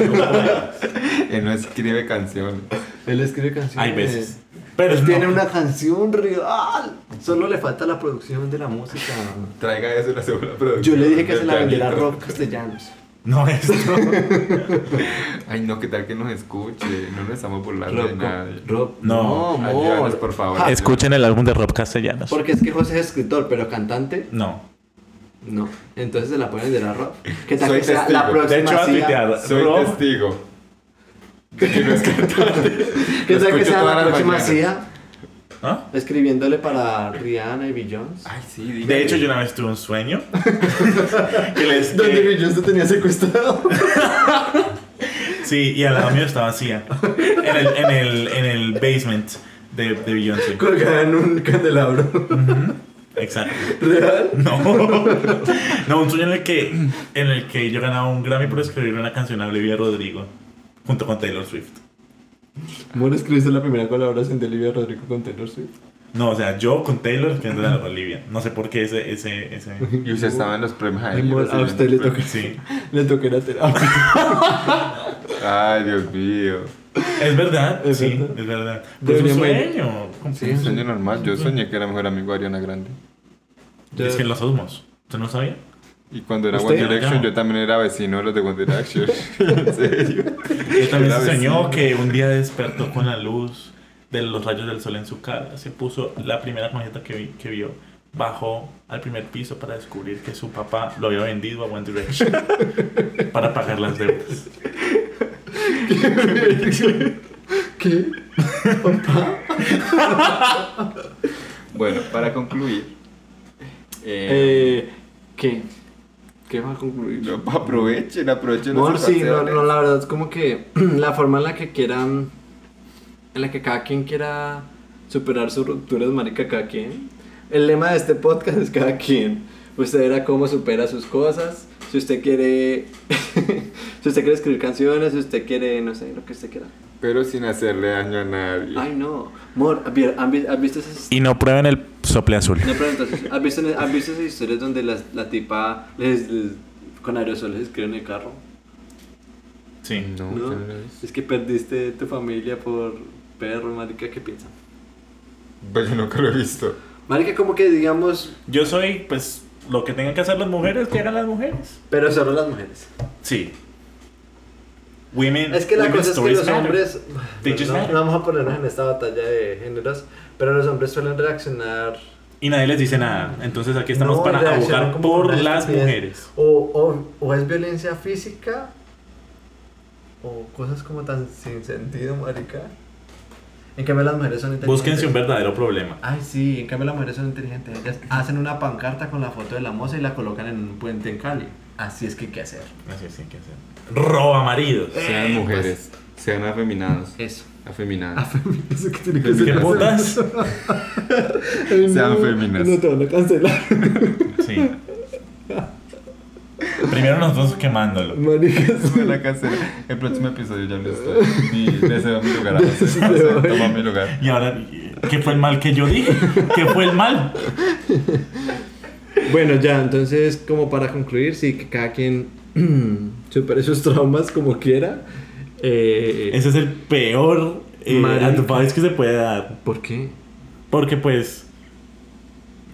[SPEAKER 1] Él no escribe canciones.
[SPEAKER 2] Él escribe canciones.
[SPEAKER 3] Hay veces. Pero
[SPEAKER 2] Él
[SPEAKER 3] no.
[SPEAKER 2] tiene una canción real. Solo le falta la producción de la música.
[SPEAKER 1] Traiga eso la <laughs> segunda producción.
[SPEAKER 2] Yo le dije que
[SPEAKER 1] del
[SPEAKER 2] se la vendiera a
[SPEAKER 1] pianito.
[SPEAKER 2] Rob Castellanos.
[SPEAKER 3] No, esto.
[SPEAKER 2] <laughs>
[SPEAKER 1] Ay, no, qué tal que nos escuche. No nos estamos burlando de
[SPEAKER 2] Rob,
[SPEAKER 1] nadie.
[SPEAKER 2] Rob,
[SPEAKER 3] No,
[SPEAKER 2] no,
[SPEAKER 1] Ayúdanos,
[SPEAKER 2] amor. Ah,
[SPEAKER 1] por favor.
[SPEAKER 3] Escuchen el álbum de Rob Castellanos.
[SPEAKER 2] Porque es que José es escritor, pero cantante,
[SPEAKER 3] No.
[SPEAKER 2] no. Entonces se la pueden de a Rob. Que tal
[SPEAKER 1] Soy
[SPEAKER 2] que sea
[SPEAKER 1] testigo.
[SPEAKER 2] la
[SPEAKER 1] De
[SPEAKER 2] próxima.
[SPEAKER 3] De hecho, va a
[SPEAKER 2] sí, <laughs>
[SPEAKER 3] tuitear.
[SPEAKER 1] Soy
[SPEAKER 3] Rob,
[SPEAKER 1] testigo. De que no es cantante.
[SPEAKER 2] Que
[SPEAKER 1] Lo
[SPEAKER 2] tal que
[SPEAKER 1] escucho
[SPEAKER 2] sea
[SPEAKER 1] todas
[SPEAKER 2] la
[SPEAKER 1] las
[SPEAKER 2] próxima
[SPEAKER 1] mañanas.
[SPEAKER 2] CIA
[SPEAKER 3] ¿Ah?
[SPEAKER 2] escribiéndole para Rihanna y Beyoncé.
[SPEAKER 1] Ay, sí, dígame.
[SPEAKER 3] De hecho, yo una vez tuve un sueño. <laughs> que les,
[SPEAKER 12] Donde
[SPEAKER 3] que-
[SPEAKER 12] Beyoncé tenía
[SPEAKER 2] <laughs>
[SPEAKER 12] secuestrado.
[SPEAKER 3] sí, y al lado mío estaba Sia. En el, en el, en el basement de, de Beyoncé.
[SPEAKER 12] Colgada en un candelabro.
[SPEAKER 3] Exacto.
[SPEAKER 12] ¿Real?
[SPEAKER 3] No. <laughs> No, un sueño en el que, en el que yo ganaba un Grammy por escribir una canción a Olivia Rodrigo. Junto con Taylor Swift.
[SPEAKER 2] Bueno, escribiste la primera colaboración de Olivia Rodrigo con Taylor Swift.
[SPEAKER 3] No, o sea, yo con Taylor escribiendo la de Olivia. No sé por qué ese, ese, ese.
[SPEAKER 1] Y usted estaba en los premios ahí.
[SPEAKER 2] Amor, a
[SPEAKER 1] recibiendo
[SPEAKER 2] usted le
[SPEAKER 1] premios.
[SPEAKER 3] Sí.
[SPEAKER 2] Le toqué la terapia.
[SPEAKER 1] Ay, Dios mío.
[SPEAKER 3] Es verdad,
[SPEAKER 2] Es
[SPEAKER 3] sí,
[SPEAKER 2] verdad.
[SPEAKER 3] es verdad. Pero es un
[SPEAKER 2] Deberíamos-
[SPEAKER 3] sueño.
[SPEAKER 1] Sí, un sueño normal. Yo soñé que era mejor amigo de Ariana Grande.
[SPEAKER 3] Es que los osmos. ¿Usted no sabía?
[SPEAKER 1] Y cuando era
[SPEAKER 2] ¿Usted?
[SPEAKER 1] One Direction,
[SPEAKER 3] No.
[SPEAKER 1] yo también era vecino de los de One Direction.
[SPEAKER 2] <laughs>
[SPEAKER 1] <laughs> en serio.
[SPEAKER 3] Yo también
[SPEAKER 1] Era
[SPEAKER 3] se
[SPEAKER 1] vecino.
[SPEAKER 3] soñó que un día despertó con la luz de los rayos del sol en su cara. Se puso la primera camiseta que, vi- que vio. Bajó al primer piso para descubrir que su papá lo había vendido a One Direction para pagar las deudas.
[SPEAKER 12] ¿Qué?
[SPEAKER 1] Bueno, para concluir. eh,
[SPEAKER 2] Eh, ¿Qué? ¿Qué va a concluir?
[SPEAKER 1] no, aprovechen, aprovechen.
[SPEAKER 2] Amor,
[SPEAKER 1] las
[SPEAKER 2] Eh, sí, no,
[SPEAKER 1] ocasiones.
[SPEAKER 2] no, la verdad es como que <clears throat> la forma en la que quieran, en la que cada quien quiera superar sus rupturas, marica, cada quien. El lema de este podcast es cada quien. Usted verá cómo supera sus cosas, si usted quiere, <laughs> si usted quiere escribir canciones, si usted quiere, no sé, lo que usted quiera.
[SPEAKER 1] Pero sin hacerle daño a nadie.
[SPEAKER 2] Ay, no, amor, ¿has vi- ¿has vi- has visto esas
[SPEAKER 3] <laughs> Y no prueben el sople azul. <laughs>
[SPEAKER 2] No, pero entonces, ¿has visto, has visto esas historias donde las- la, tipa les, les- con aerosoles escribe en el carro?
[SPEAKER 3] Sí.
[SPEAKER 1] No,
[SPEAKER 2] No,
[SPEAKER 1] ¿qué era eso?
[SPEAKER 2] es que perdiste tu familia por perro, marica, ¿qué piensan?
[SPEAKER 1] Pues yo nunca lo he visto.
[SPEAKER 2] Marica, como que digamos,
[SPEAKER 3] Yo soy, pues, lo que tengan que hacer las mujeres, que hagan las mujeres.
[SPEAKER 2] pero solo las mujeres.
[SPEAKER 3] Sí. Women,
[SPEAKER 2] Es que la
[SPEAKER 3] women's
[SPEAKER 2] cosa es que
[SPEAKER 3] stories
[SPEAKER 2] los
[SPEAKER 3] matter.
[SPEAKER 2] hombres.
[SPEAKER 3] They just
[SPEAKER 2] no,
[SPEAKER 3] matter.
[SPEAKER 2] no vamos a ponernos en esta batalla de géneros, pero los hombres suelen reaccionar.
[SPEAKER 3] Y nadie les dice nada. Entonces aquí estamos
[SPEAKER 2] No,
[SPEAKER 3] para
[SPEAKER 2] reaccionan
[SPEAKER 3] abogar
[SPEAKER 2] como
[SPEAKER 3] por
[SPEAKER 2] una
[SPEAKER 3] las
[SPEAKER 2] estupidez.
[SPEAKER 3] mujeres.
[SPEAKER 2] O, o, o es violencia física, o cosas como tan sin sentido, marica. En cambio, las mujeres son inteligentes.
[SPEAKER 3] Búsquense un verdadero problema.
[SPEAKER 2] Ay, sí, en cambio las mujeres son inteligentes. Ellas hacen una pancarta con la foto de la moza y la colocan en un puente en Cali. Así es que hay que hacer.
[SPEAKER 3] Así es, sí, que hacer. Roba maridos.
[SPEAKER 1] Sean mujeres, sean afeminados,
[SPEAKER 2] <laughs> Eso.
[SPEAKER 1] afeminadas.
[SPEAKER 2] Ah, Eso que tiene
[SPEAKER 1] que
[SPEAKER 3] Pues, ¿Qué
[SPEAKER 1] ser
[SPEAKER 3] putas? <laughs>
[SPEAKER 1] Sean féminas.
[SPEAKER 2] No te van a cancelar, <laughs>
[SPEAKER 3] Sí. <laughs> Primero nosotros quemándolo.
[SPEAKER 2] maricas.
[SPEAKER 1] Me la cancelé. El próximo episodio ya no estoy. Ni deseo mi lugar. <laughs> Deseo, toma mi lugar.
[SPEAKER 3] Y ahora, ¿qué fue el mal que yo dije? ¿Qué fue el mal?
[SPEAKER 4] Bueno,
[SPEAKER 2] Ya, entonces, como para concluir, sí, que cada quien <clears throat> supere sus traumas como quiera. Eh,
[SPEAKER 3] Ese es el peor eh,
[SPEAKER 2] Marica.
[SPEAKER 3] advice que se puede dar.
[SPEAKER 2] ¿Por qué?
[SPEAKER 3] Porque pues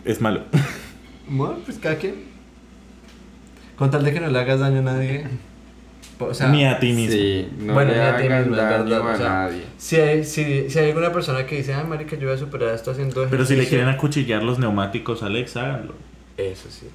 [SPEAKER 3] es malo.
[SPEAKER 2] Bueno, pues cada quien. Con tal de que no le hagas daño a nadie. O sea,
[SPEAKER 3] <laughs> Ni a ti mismo.
[SPEAKER 1] Sí, no
[SPEAKER 2] Bueno,
[SPEAKER 1] le
[SPEAKER 2] ya te
[SPEAKER 1] hagan
[SPEAKER 2] mismo, es
[SPEAKER 1] daño
[SPEAKER 2] verdad,
[SPEAKER 1] a
[SPEAKER 2] o sea,
[SPEAKER 1] nadie.
[SPEAKER 2] Si hay, si, si hay alguna persona que dice, ay, marica, yo voy a superar esto haciendo
[SPEAKER 3] Pero si le
[SPEAKER 2] ejercicio".
[SPEAKER 3] quieren acuchillar los neumáticos, Alex, háganlo.
[SPEAKER 2] Eso sí.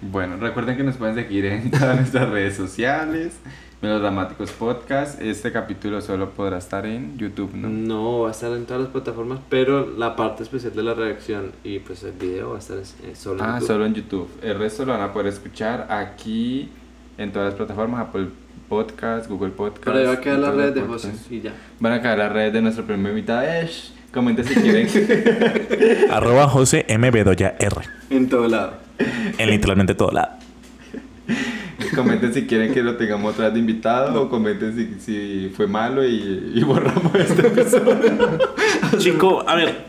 [SPEAKER 1] Bueno, recuerden que nos pueden seguir en <laughs> todas nuestras redes sociales. Melodramáticos Podcast. Este capítulo solo podrá estar en YouTube, ¿no?
[SPEAKER 4] No, va a estar en todas las plataformas, pero la parte especial de la reacción y pues el video va a estar eh, solo en
[SPEAKER 1] Ah,
[SPEAKER 4] YouTube.
[SPEAKER 1] solo en YouTube. El resto lo van a poder escuchar aquí en todas las plataformas, Apple Podcast, Google Podcast.
[SPEAKER 4] Pero ahí va a quedar
[SPEAKER 1] en
[SPEAKER 4] la
[SPEAKER 1] todas
[SPEAKER 4] red de
[SPEAKER 1] las
[SPEAKER 4] José
[SPEAKER 1] podcasts.
[SPEAKER 4] y ya.
[SPEAKER 1] Van a quedar las redes de nuestro primer invitado. Esh, comenten si
[SPEAKER 3] <laughs>
[SPEAKER 1] quieren.
[SPEAKER 3] Arroba José M. Bedoya R.
[SPEAKER 4] En todo lado.
[SPEAKER 3] En literalmente todo lado.
[SPEAKER 1] comenten si quieren que lo tengamos otra vez de invitado o comenten si, si fue malo y, y borramos este
[SPEAKER 3] <laughs>
[SPEAKER 1] episodio.
[SPEAKER 3] Chico, a ver,
[SPEAKER 2] <laughs>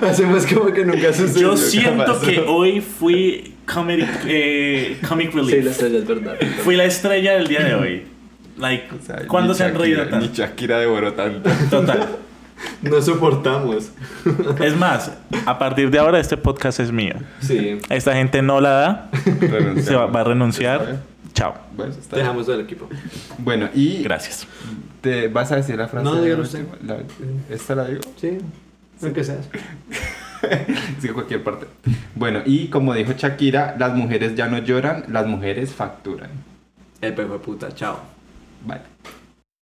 [SPEAKER 2] Hacemos como que nunca sucedió.
[SPEAKER 3] yo
[SPEAKER 1] pasó.
[SPEAKER 3] siento que hoy fui comedy, eh, comic
[SPEAKER 4] Sí, la
[SPEAKER 3] relief.
[SPEAKER 4] estrella es verdad.
[SPEAKER 3] Fui la estrella del día de hoy. Like,
[SPEAKER 1] O sea,
[SPEAKER 3] ¿cuándo
[SPEAKER 1] ni
[SPEAKER 3] se han
[SPEAKER 1] Shakira-
[SPEAKER 3] reído tanto?
[SPEAKER 1] Ni Shakira devoró
[SPEAKER 3] <laughs>
[SPEAKER 1] tanto.
[SPEAKER 3] Total.
[SPEAKER 2] No soportamos.
[SPEAKER 3] Es más, a partir de ahora este podcast es mío.
[SPEAKER 4] Sí,
[SPEAKER 3] Esta gente no la da,
[SPEAKER 1] Renunciamos.
[SPEAKER 3] se va, va a
[SPEAKER 1] Está
[SPEAKER 3] renunciar.
[SPEAKER 1] bien.
[SPEAKER 3] Chao.
[SPEAKER 1] Bueno, está bien.
[SPEAKER 4] dejamos del equipo.
[SPEAKER 1] Bueno, y
[SPEAKER 3] Gracias.
[SPEAKER 1] te vas a decir la frase.
[SPEAKER 2] No,
[SPEAKER 1] de
[SPEAKER 2] dígalo
[SPEAKER 1] la
[SPEAKER 2] usted.
[SPEAKER 1] última? La- ¿Esta la digo? <laughs>
[SPEAKER 2] Sí. Lo que seas.
[SPEAKER 1] Sí, cualquier parte. Bueno, y como dijo Shakira, las mujeres ya no lloran, las mujeres facturan.
[SPEAKER 4] Epe, fue puta, chao.
[SPEAKER 1] Vale.